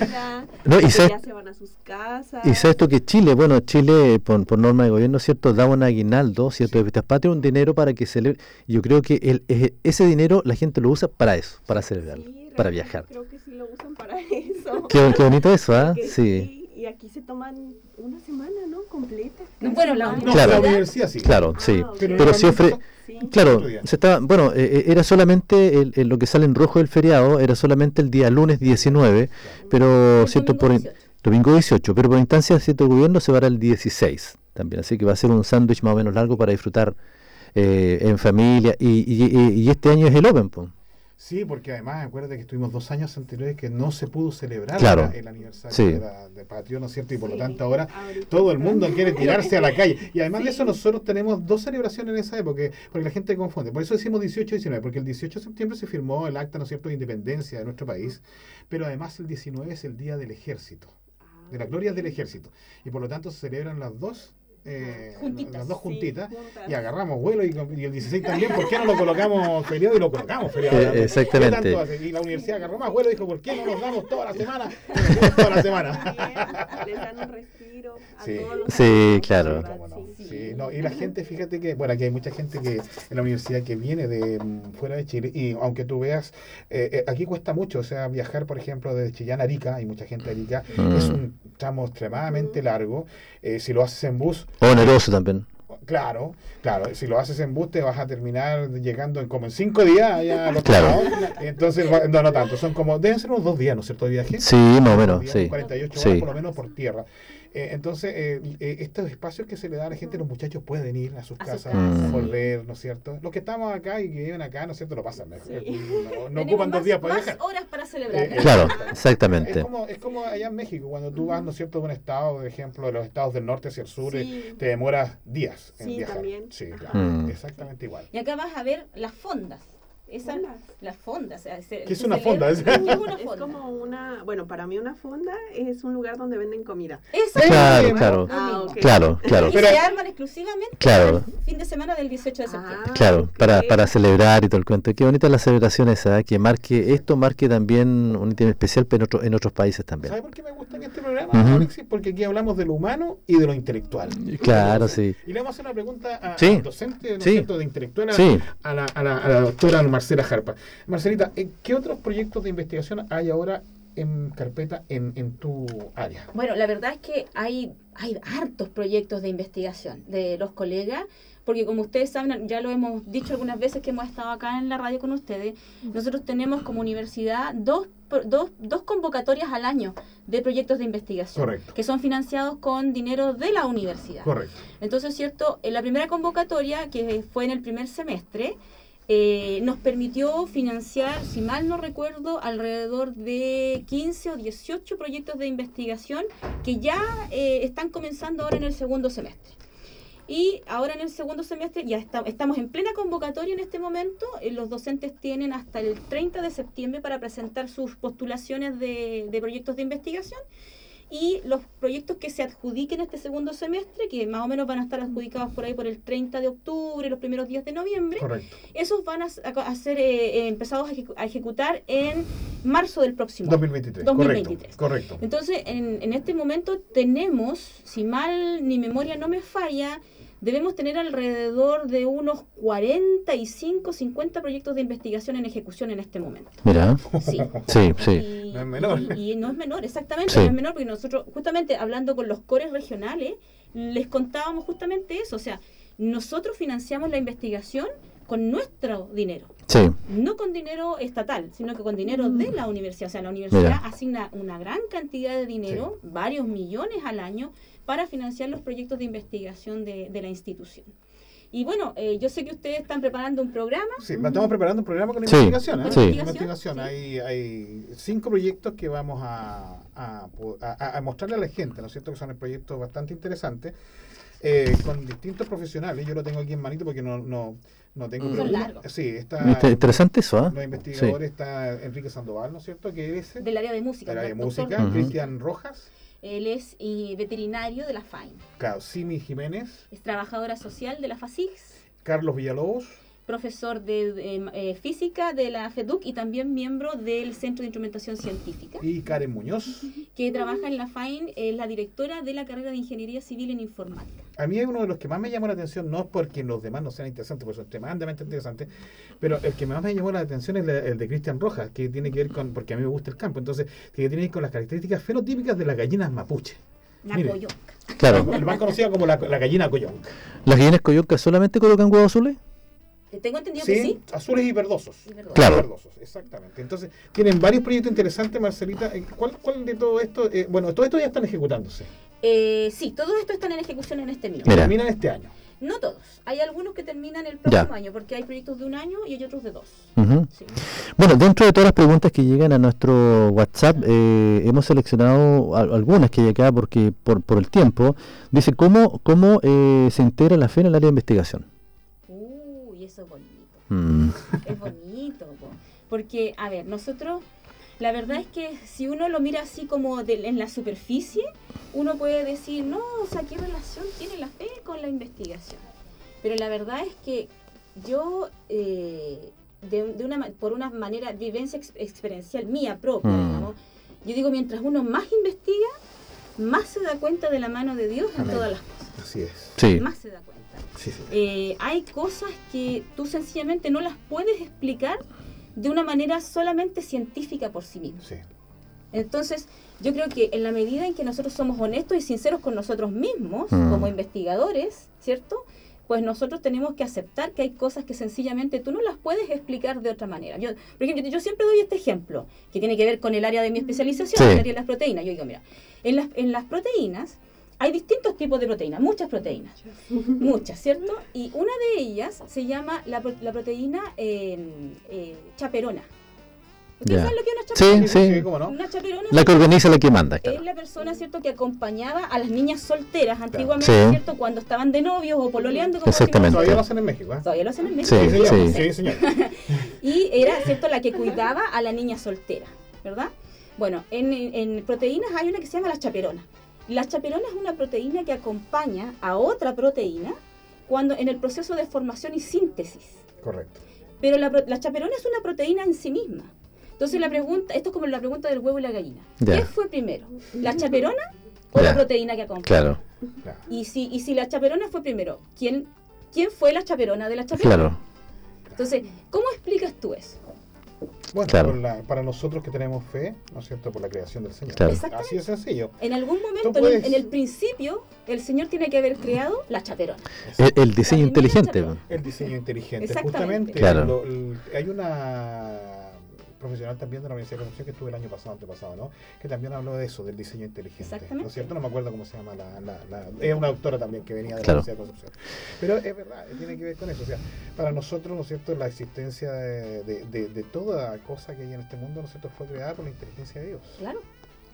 No, y sabes- ya se van a sus casas. Y sabes tú que Chile, bueno, Chile por, por norma de gobierno, ¿cierto? Da un aguinaldo, ¿cierto? De fiestas patrias, un dinero para que celebre. Yo creo que el, e- ese dinero la gente lo usa para eso, para celebrar, Sí, realmente para viajar. Creo que sí lo usan para eso. Qué, qué bonito eso, ¿ah? Que Sí, sí, Y aquí se toman una semana, ¿no? Completa. No, bueno, la Casi No, Claro. la Claro. universidad sí. claro, Ah, sí. ok. Pero si ofre- Sí. Claro, otro día. se estaba, bueno, eh, eh, era solamente el- el- lo que sale en rojo del feriado, era solamente el día lunes 19, pero, El ¿cierto? domingo Por, in- 18. Domingo 18, pero por instancia cierto el gobierno se va al 16 también, así que va a ser un sándwich más o menos largo para disfrutar eh, en familia y, y- y- y este año es el Open, po. Sí, porque además acuérdate que estuvimos dos años anteriores que no se pudo celebrar Claro. la- el aniversario Sí. de, la- de Patio, ¿no es cierto? Y por lo Sí, tanto ahora ahorita todo el está. mundo quiere tirarse a la calle. Y además de Sí. eso nosotros tenemos dos celebraciones en esa época, porque la gente confunde. Por eso decimos 18 y 19, porque el 18 de septiembre se firmó el acta, ¿no es cierto?, de independencia de nuestro país, pero además el 19 es el Día del Ejército. de Ah, las glorias del ejército. Y por lo tanto se celebran las dos, eh, Juntitas. las dos juntitas. Sí, juntas. Y agarramos vuelo y, y el 16 también, ¿por qué no lo colocamos feriado y lo colocamos feriado? Eh, exactamente. ¿Qué tanto hace? Y la universidad agarró más vuelo y dijo, ¿por qué no nos damos toda la semana? Nos damos Toda la semana. Les dan un respiro a Sí. todos los Sí, alumnos, claro. la verdad, Cómo no. sí. Sí, no, y la gente, fíjate que, bueno, aquí hay mucha gente que en la universidad que viene de mm, fuera de Chile, y aunque tú veas, eh, eh, aquí cuesta mucho, o sea, viajar, por ejemplo, desde Chillán a Arica, hay mucha gente de Arica, Mm. es un tramo extremadamente largo, eh, si lo haces en bus, Oneroso también. Claro, claro. Si lo haces en bus te vas a terminar llegando en como en cinco días allá al otro Claro. lado. Entonces, va- no, no tanto. Son como, deben ser unos dos días, ¿no es cierto?, de viaje. Sí, más o menos, Dos días, sí. 48 Sí. horas por lo menos por tierra. Eh, entonces, eh, eh, estos espacios que se le da a la gente, los muchachos pueden ir A a sus sus casas, casas. volver, ¿no es cierto? Los que estamos acá y que viven acá, ¿no es cierto?, lo pasan mejor. Sí. No, no Tenemos ocupan dos más- días para viajar. Más horas para celebrar. Eh, eh, Claro, Es exactamente. como, es como allá en México, cuando tú vas, ¿no es cierto?, de un estado, por ejemplo, de los estados del norte hacia el sur, eh, Sí. te demoras días en Sí, viajar. también. Sí, Ajá. claro, Mm. exactamente igual. Y acá vas a ver las fondas. Esas, Fondas. las fondas. o sea, se- ¿Qué es se una fonda? celebra- ¿Qué es una Es fonda? como una, bueno, para mí una fonda es un lugar donde venden comida. Esa es la Claro, misma. claro, Ah, ok. claro, claro, Y Pero- se arman exclusivamente Claro. el fin de semana del 18 de septiembre. Ah, claro, ok. para, para celebrar y todo el cuento. Qué bonita la celebración esa, ¿eh? que marque esto, marque también un ítem especial pero en, otro- en otros países ¿Sabes también. por qué me gusta en este programa, Ujú. Alexis? Porque aquí hablamos de lo humano y de lo intelectual. Claro, sí. Y le vamos a hacer una pregunta a- al Sí. docente, ¿no es Sí. cierto?, de intelectual, a- Sí. a, la, a la- a la doctora Marcela Jarpa. Marcelita, eh, ¿qué otros proyectos de investigación hay ahora en carpeta en, en tu área? Bueno, la verdad es que hay, hay hartos proyectos de investigación de los colegas, porque como ustedes saben, ya lo hemos dicho algunas veces que hemos estado acá en la radio con ustedes, nosotros tenemos como universidad dos, pro- dos, dos convocatorias al año de proyectos de investigación, Correcto. que son financiados con dinero de la universidad. Correcto. Entonces, ¿cierto? En la primera convocatoria, que fue en el primer semestre, eh, nos permitió financiar, si mal no recuerdo, alrededor de 15 o 18 proyectos de investigación que ya eh, están comenzando ahora en el segundo semestre. Y ahora en el segundo semestre ya está- estamos en plena convocatoria en este momento. eh, Los docentes tienen hasta el 30 de septiembre para presentar sus postulaciones de, de proyectos de investigación. Y los proyectos que se adjudiquen este segundo semestre, que más o menos van a estar adjudicados por ahí por el 30 de octubre, los primeros días de noviembre, Correcto. esos van a, s- a co- a ser eh, eh, empezados a, ejecu- a ejecutar en marzo del próximo año. 2023. Correcto. 2023. Correcto. Entonces, en, en este momento tenemos, si mal ni memoria no me falla, debemos tener alrededor de unos 45, 50 proyectos de investigación en ejecución en este momento. Mira, ¿eh? Sí. sí, sí. Y, No es menor. Y, y no es menor, exactamente, Sí. no es menor, porque nosotros, justamente hablando con los cores regionales, les contábamos justamente eso. O sea, nosotros financiamos la investigación con nuestro dinero Sí, no con dinero estatal, sino que con dinero de la universidad. O sea, la universidad Mira. asigna una gran cantidad de dinero, varios millones al año, para financiar los proyectos de investigación de, de la institución. Y bueno, eh, yo sé que ustedes están preparando un programa. Sí, estamos preparando un programa con la Sí, investigación. ¿eh? sí. Con la investigación. Sí. Hay, hay cinco proyectos que vamos a, a, po- a- a mostrarle a la gente, ¿no es cierto? Que son proyectos bastante interesantes, eh, con distintos profesionales. Yo lo tengo aquí en manito porque no, no, no tengo... Mm. pero Son uno- largos. Sí, está... Inter- interesante eso, ¿ah? Los investigadores está Enrique Sandoval, ¿no es cierto? Que es Del área de música. del área de el doctor- música, Ujú. Cristian Rojas, Él es eh, veterinario de la FAIN, claro, Simi Jiménez, es trabajadora social de la FASIX, Carlos Villalobos, profesor de, de, eh, física de la E FEDUC y también miembro del Centro de Instrumentación Científica. y Karen Muñoz. que trabaja en la FAIN, es la directora de la carrera de Ingeniería Civil en Informática. A mí es uno de los que más me llamó la atención, no es porque los demás no sean interesantes, porque son extremadamente interesantes, pero el que más me llamó la atención es la- el de Cristian Rojas, que tiene que ver con, porque a mí me gusta el campo, entonces, que tiene que ver con las características fenotípicas de las gallinas mapuche. La Mire. coyunca. Claro. El más conocido como la, la gallina coyonca. ¿Las gallinas coyuncas solamente colocan huevos azules? Eh, Tengo entendido que Sí, sí. azules y verdosos. Y verdosos. Claro. Verdosos, exactamente. Entonces, tienen varios proyectos interesantes, Marcelita. Eh, ¿Cuál, cuál de todo esto? eh, bueno, todo esto ya están ejecutándose. Eh, sí, todo esto están en ejecución en este mismo. Mira. Terminan este año. No todos. Hay algunos que terminan el próximo año, porque hay proyectos de un año y hay otros de dos. Ujú. Sí. Bueno, dentro de todas las preguntas que llegan a nuestro WhatsApp, eh, hemos seleccionado al- algunas que hay acá porque por, por el tiempo. Dice, ¿cómo, cómo eh, se entera la fe en el área de investigación? Uy, eso es bonito. Mm, Es bonito. po. Porque, a ver, nosotros, la verdad es que si uno lo mira así como de- en la superficie, uno puede decir, no, o sea, ¿qué relación tiene la fe con la investigación? Pero la verdad es que yo, eh, de, de una, ma- por una manera, vivencia ex- experiencial mía propia, Mm. digamos, yo digo, mientras uno más investiga, más se da cuenta de la mano de Dios en Amén. todas las cosas. Así es. sí, Más se da cuenta Sí, sí. eh, hay cosas que tú sencillamente no las puedes explicar de una manera solamente científica por sí mismo. sí. Entonces, yo creo que en la medida en que nosotros somos honestos y sinceros con nosotros mismos, Mm. como investigadores, ¿cierto? Pues nosotros tenemos que aceptar que hay cosas que sencillamente tú no las puedes explicar de otra manera. Yo, por ejemplo, yo siempre doy este ejemplo, que tiene que ver con el área de mi especialización, Sí. el área de las proteínas. Yo digo, mira, en las, en las proteínas hay distintos tipos de proteínas, muchas proteínas. Muchas, ¿cierto? Y una de ellas se llama la, pro- la proteína eh, eh, chaperona. ¿Ustedes Ya. saben lo que es una Sí, chaperona? sí. cómo no. Una chaperona la que organiza la que manda, es claro. la persona, ¿cierto?, que acompañaba a las niñas solteras antiguamente, Sí. ¿cierto?, cuando estaban de novios o pololeando. Como Exactamente. Todavía lo hacen en México, ¿eh? decimos- Todavía lo hacen en México. Sí, señor. sí. Sí, señor. Y era, ¿cierto?, la que cuidaba a la niña soltera, ¿verdad? Bueno, en, en- en proteínas hay una que se llama la chaperona. La chaperona es una proteína que acompaña a otra proteína cuando en el proceso de formación y síntesis. Correcto. Pero la, pro- la chaperona es una proteína en sí misma. Entonces la pregunta, esto es como la pregunta del huevo y la gallina. Ya. ¿Qué fue primero? ¿La chaperona o Ya. la proteína que acompaña? Claro, Claro. Y si, y si la chaperona fue primero, ¿quién, ¿quién fue la chaperona de la chaperona? claro. Entonces, ¿cómo explicas tú eso? Bueno, Claro. por la- para nosotros que tenemos fe, ¿no es cierto? Por la creación del Señor. Claro. Exactamente. Así de sencillo. En algún momento, Tú en el- puedes- en el principio, el Señor tiene que haber creado la chaperona. El, el diseño La primera inteligente. chaperona. El diseño inteligente. Justamente, Exactamente. Claro. lo- l- hay una profesional también de la Universidad de Concepción que estuve el año pasado, antepasado, ¿no? Que también habló de eso, del diseño inteligente. Exactamente. ¿No es cierto? No me acuerdo cómo se llama la... la- la- es una autora también que venía de Claro. la Universidad de Concepción. Pero es verdad, tiene que ver con eso. O sea, para nosotros, ¿no es cierto?, la existencia de, de- de- de toda cosa que hay en este mundo, ¿no es cierto?, fue creada por la inteligencia de Dios. Claro.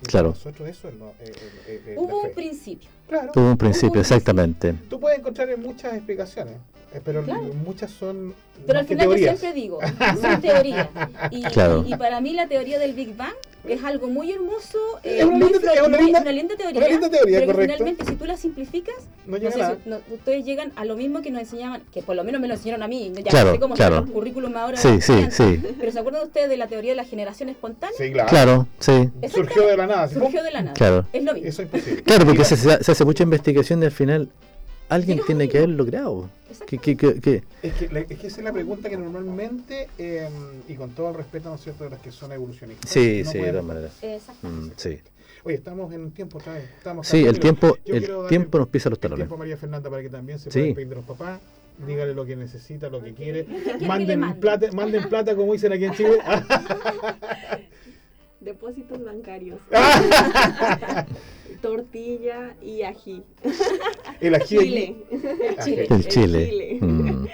Y Claro. Para nosotros eso es, lo- eh, es- es- es- es Hubo la un fe. principio. Claro. Hubo un principio, exactamente. Tú puedes encontrar en muchas explicaciones, eh, pero Claro. muchas son Pero más al que final yo teorías. siempre digo, son teorías. Y, Claro. y- y para mí la teoría del Big Bang es algo muy hermoso, eh, Es una muy linda- flor- es una muy- linda- una linda teoría. una linda teoría, pero que correcto. finalmente si tú la simplificas, No no llega sé nada. si- no, ustedes llegan a lo mismo que nos enseñaban, que por lo menos me lo enseñaron a mí, ya Claro, no sé cómo claro. está el currículum ahora. de Sí, los sí, estudiantes. sí. Pero ¿se acuerdan ustedes de la teoría de la generación espontánea? Sí, claro. Claro, sí, Surgió de la nada. así, Surgió de la nada. claro. Es lo mismo. Eso es imposible. Claro, porque Mira, se, se- se hace mucha investigación y al final alguien Llega tiene uno. que haber logrado. Exacto. ¿Qué, qué, qué, qué? es, que, la- es que esa es la pregunta que normalmente, eh, y con todo el respeto, ¿no es cierto?, de las que son evolucionistas. Sí, no sí, de pueden- todas maneras. Exacto. Mm, sí. Oye, estamos en tiempo, otra vez, Estamos Sí, el Mira, tiempo, yo quiero el darle tiempo nos pisa los el talones. tiempo a María Fernanda para que también se Sí. pueda pedir de los papás. Dígale lo que necesita, lo que quiere. le Manden mande? plata, manden plata como dicen aquí en Chile. Depósitos bancarios. Tortilla y ají. El ají aquí. Chile. El Chile. El chile. Chile. Mm.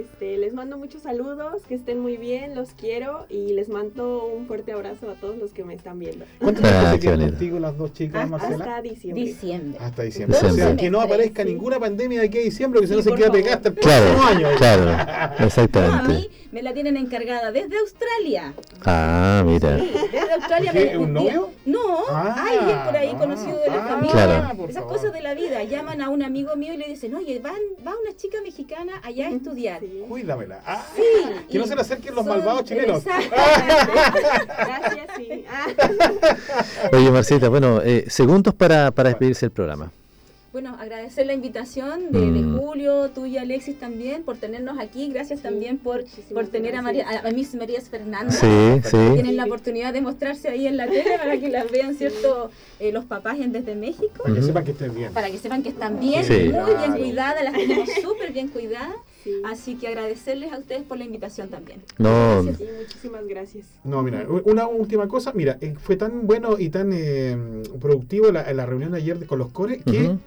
Este, les mando muchos saludos, que estén muy bien, los quiero y les mando un fuerte abrazo a todos los que me están viendo. ¿Cuánto Ah, tiempo se qué quedan bonito. contigo las dos chicas, Hasta- Marcela? Hasta diciembre. Diciembre. Hasta diciembre. Doce O sea, meses, que no aparezca sí. ninguna pandemia de aquí a diciembre, que si Sí, no se por queda favor. pegada hasta el próximo año. Claro, claro, No, a mí exactamente. me la tienen encargada desde Australia. Ah, mira. Desde Australia ¿Qué, me un un día- novio? No, Ah, alguien por ahí ah, conocido de la ah, familia. Claro. por Esas favor. cosas de la vida. Llaman a un amigo mío y le dicen, oye, van, va una chica mexicana allá a estudiar. Sí. Cuídamela. Ah, Sí, que no y se le acerquen los son- malvados chilenos. Exactamente. Gracias, sí. Ah, Oye, Marcita, bueno, eh, segundos para, para despedirse del programa. Bueno, agradecer la invitación de, de Mm. Julio, tuya, Alexis también, por tenernos aquí. Gracias Sí, también por, muchísimas por tener a, María, gracias. a, a Miss Marías Ah. Fernanda. Sí, sí. Tienen la oportunidad de mostrarse ahí en la tele para que las vean, ¿cierto? Eh, los papás en- desde México. Para que Ujú. sepan que estén bien. Para que sepan que están bien, Mm. Sí. muy bien Claro. cuidadas, las tenemos súper bien cuidadas. sí. Así que agradecerles a ustedes por la invitación también. No, Gracias, sí, muchísimas gracias. No, mira, u- una última cosa. Mira, eh, fue tan bueno y tan eh, productivo la, la reunión ayer de- con los cores que ujú.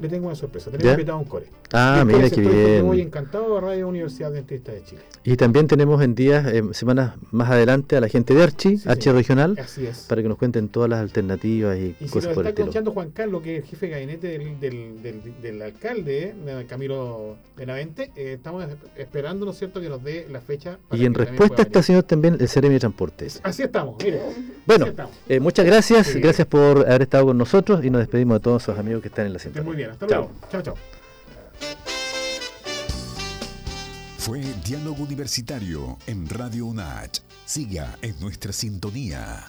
le tengo una sorpresa. Tenemos ¿Ya? invitado a un core. Ah, Este mira es qué el proyecto Yo Voy bien. encantado a Radio Universidad Dentista de Chile. Y también tenemos en días, eh, semanas más adelante a la gente de Archi, Sí, Archi señor. Regional, Así es. para que nos cuenten todas las alternativas y, Y si cosas nos por está el estilo. escuchando Juan Carlos, que es el jefe de gabinete del, del, del, del alcalde, eh, Camilo Benavente, eh, estamos es- esperando, ¿no es cierto?, que nos dé la fecha. para Y en que también respuesta a pueda esta, señor, también el CRM de Transporte. venir. Así estamos, mire. así Bueno, estamos. eh, muchas gracias, Sí. gracias por haber estado con nosotros y nos despedimos de todos sus amigos que están en la Estén sintonía. muy bien. Hasta Chao. luego. Chao, chao. Fue Diálogo Universitario en Radio UNACH. Siga en nuestra sintonía.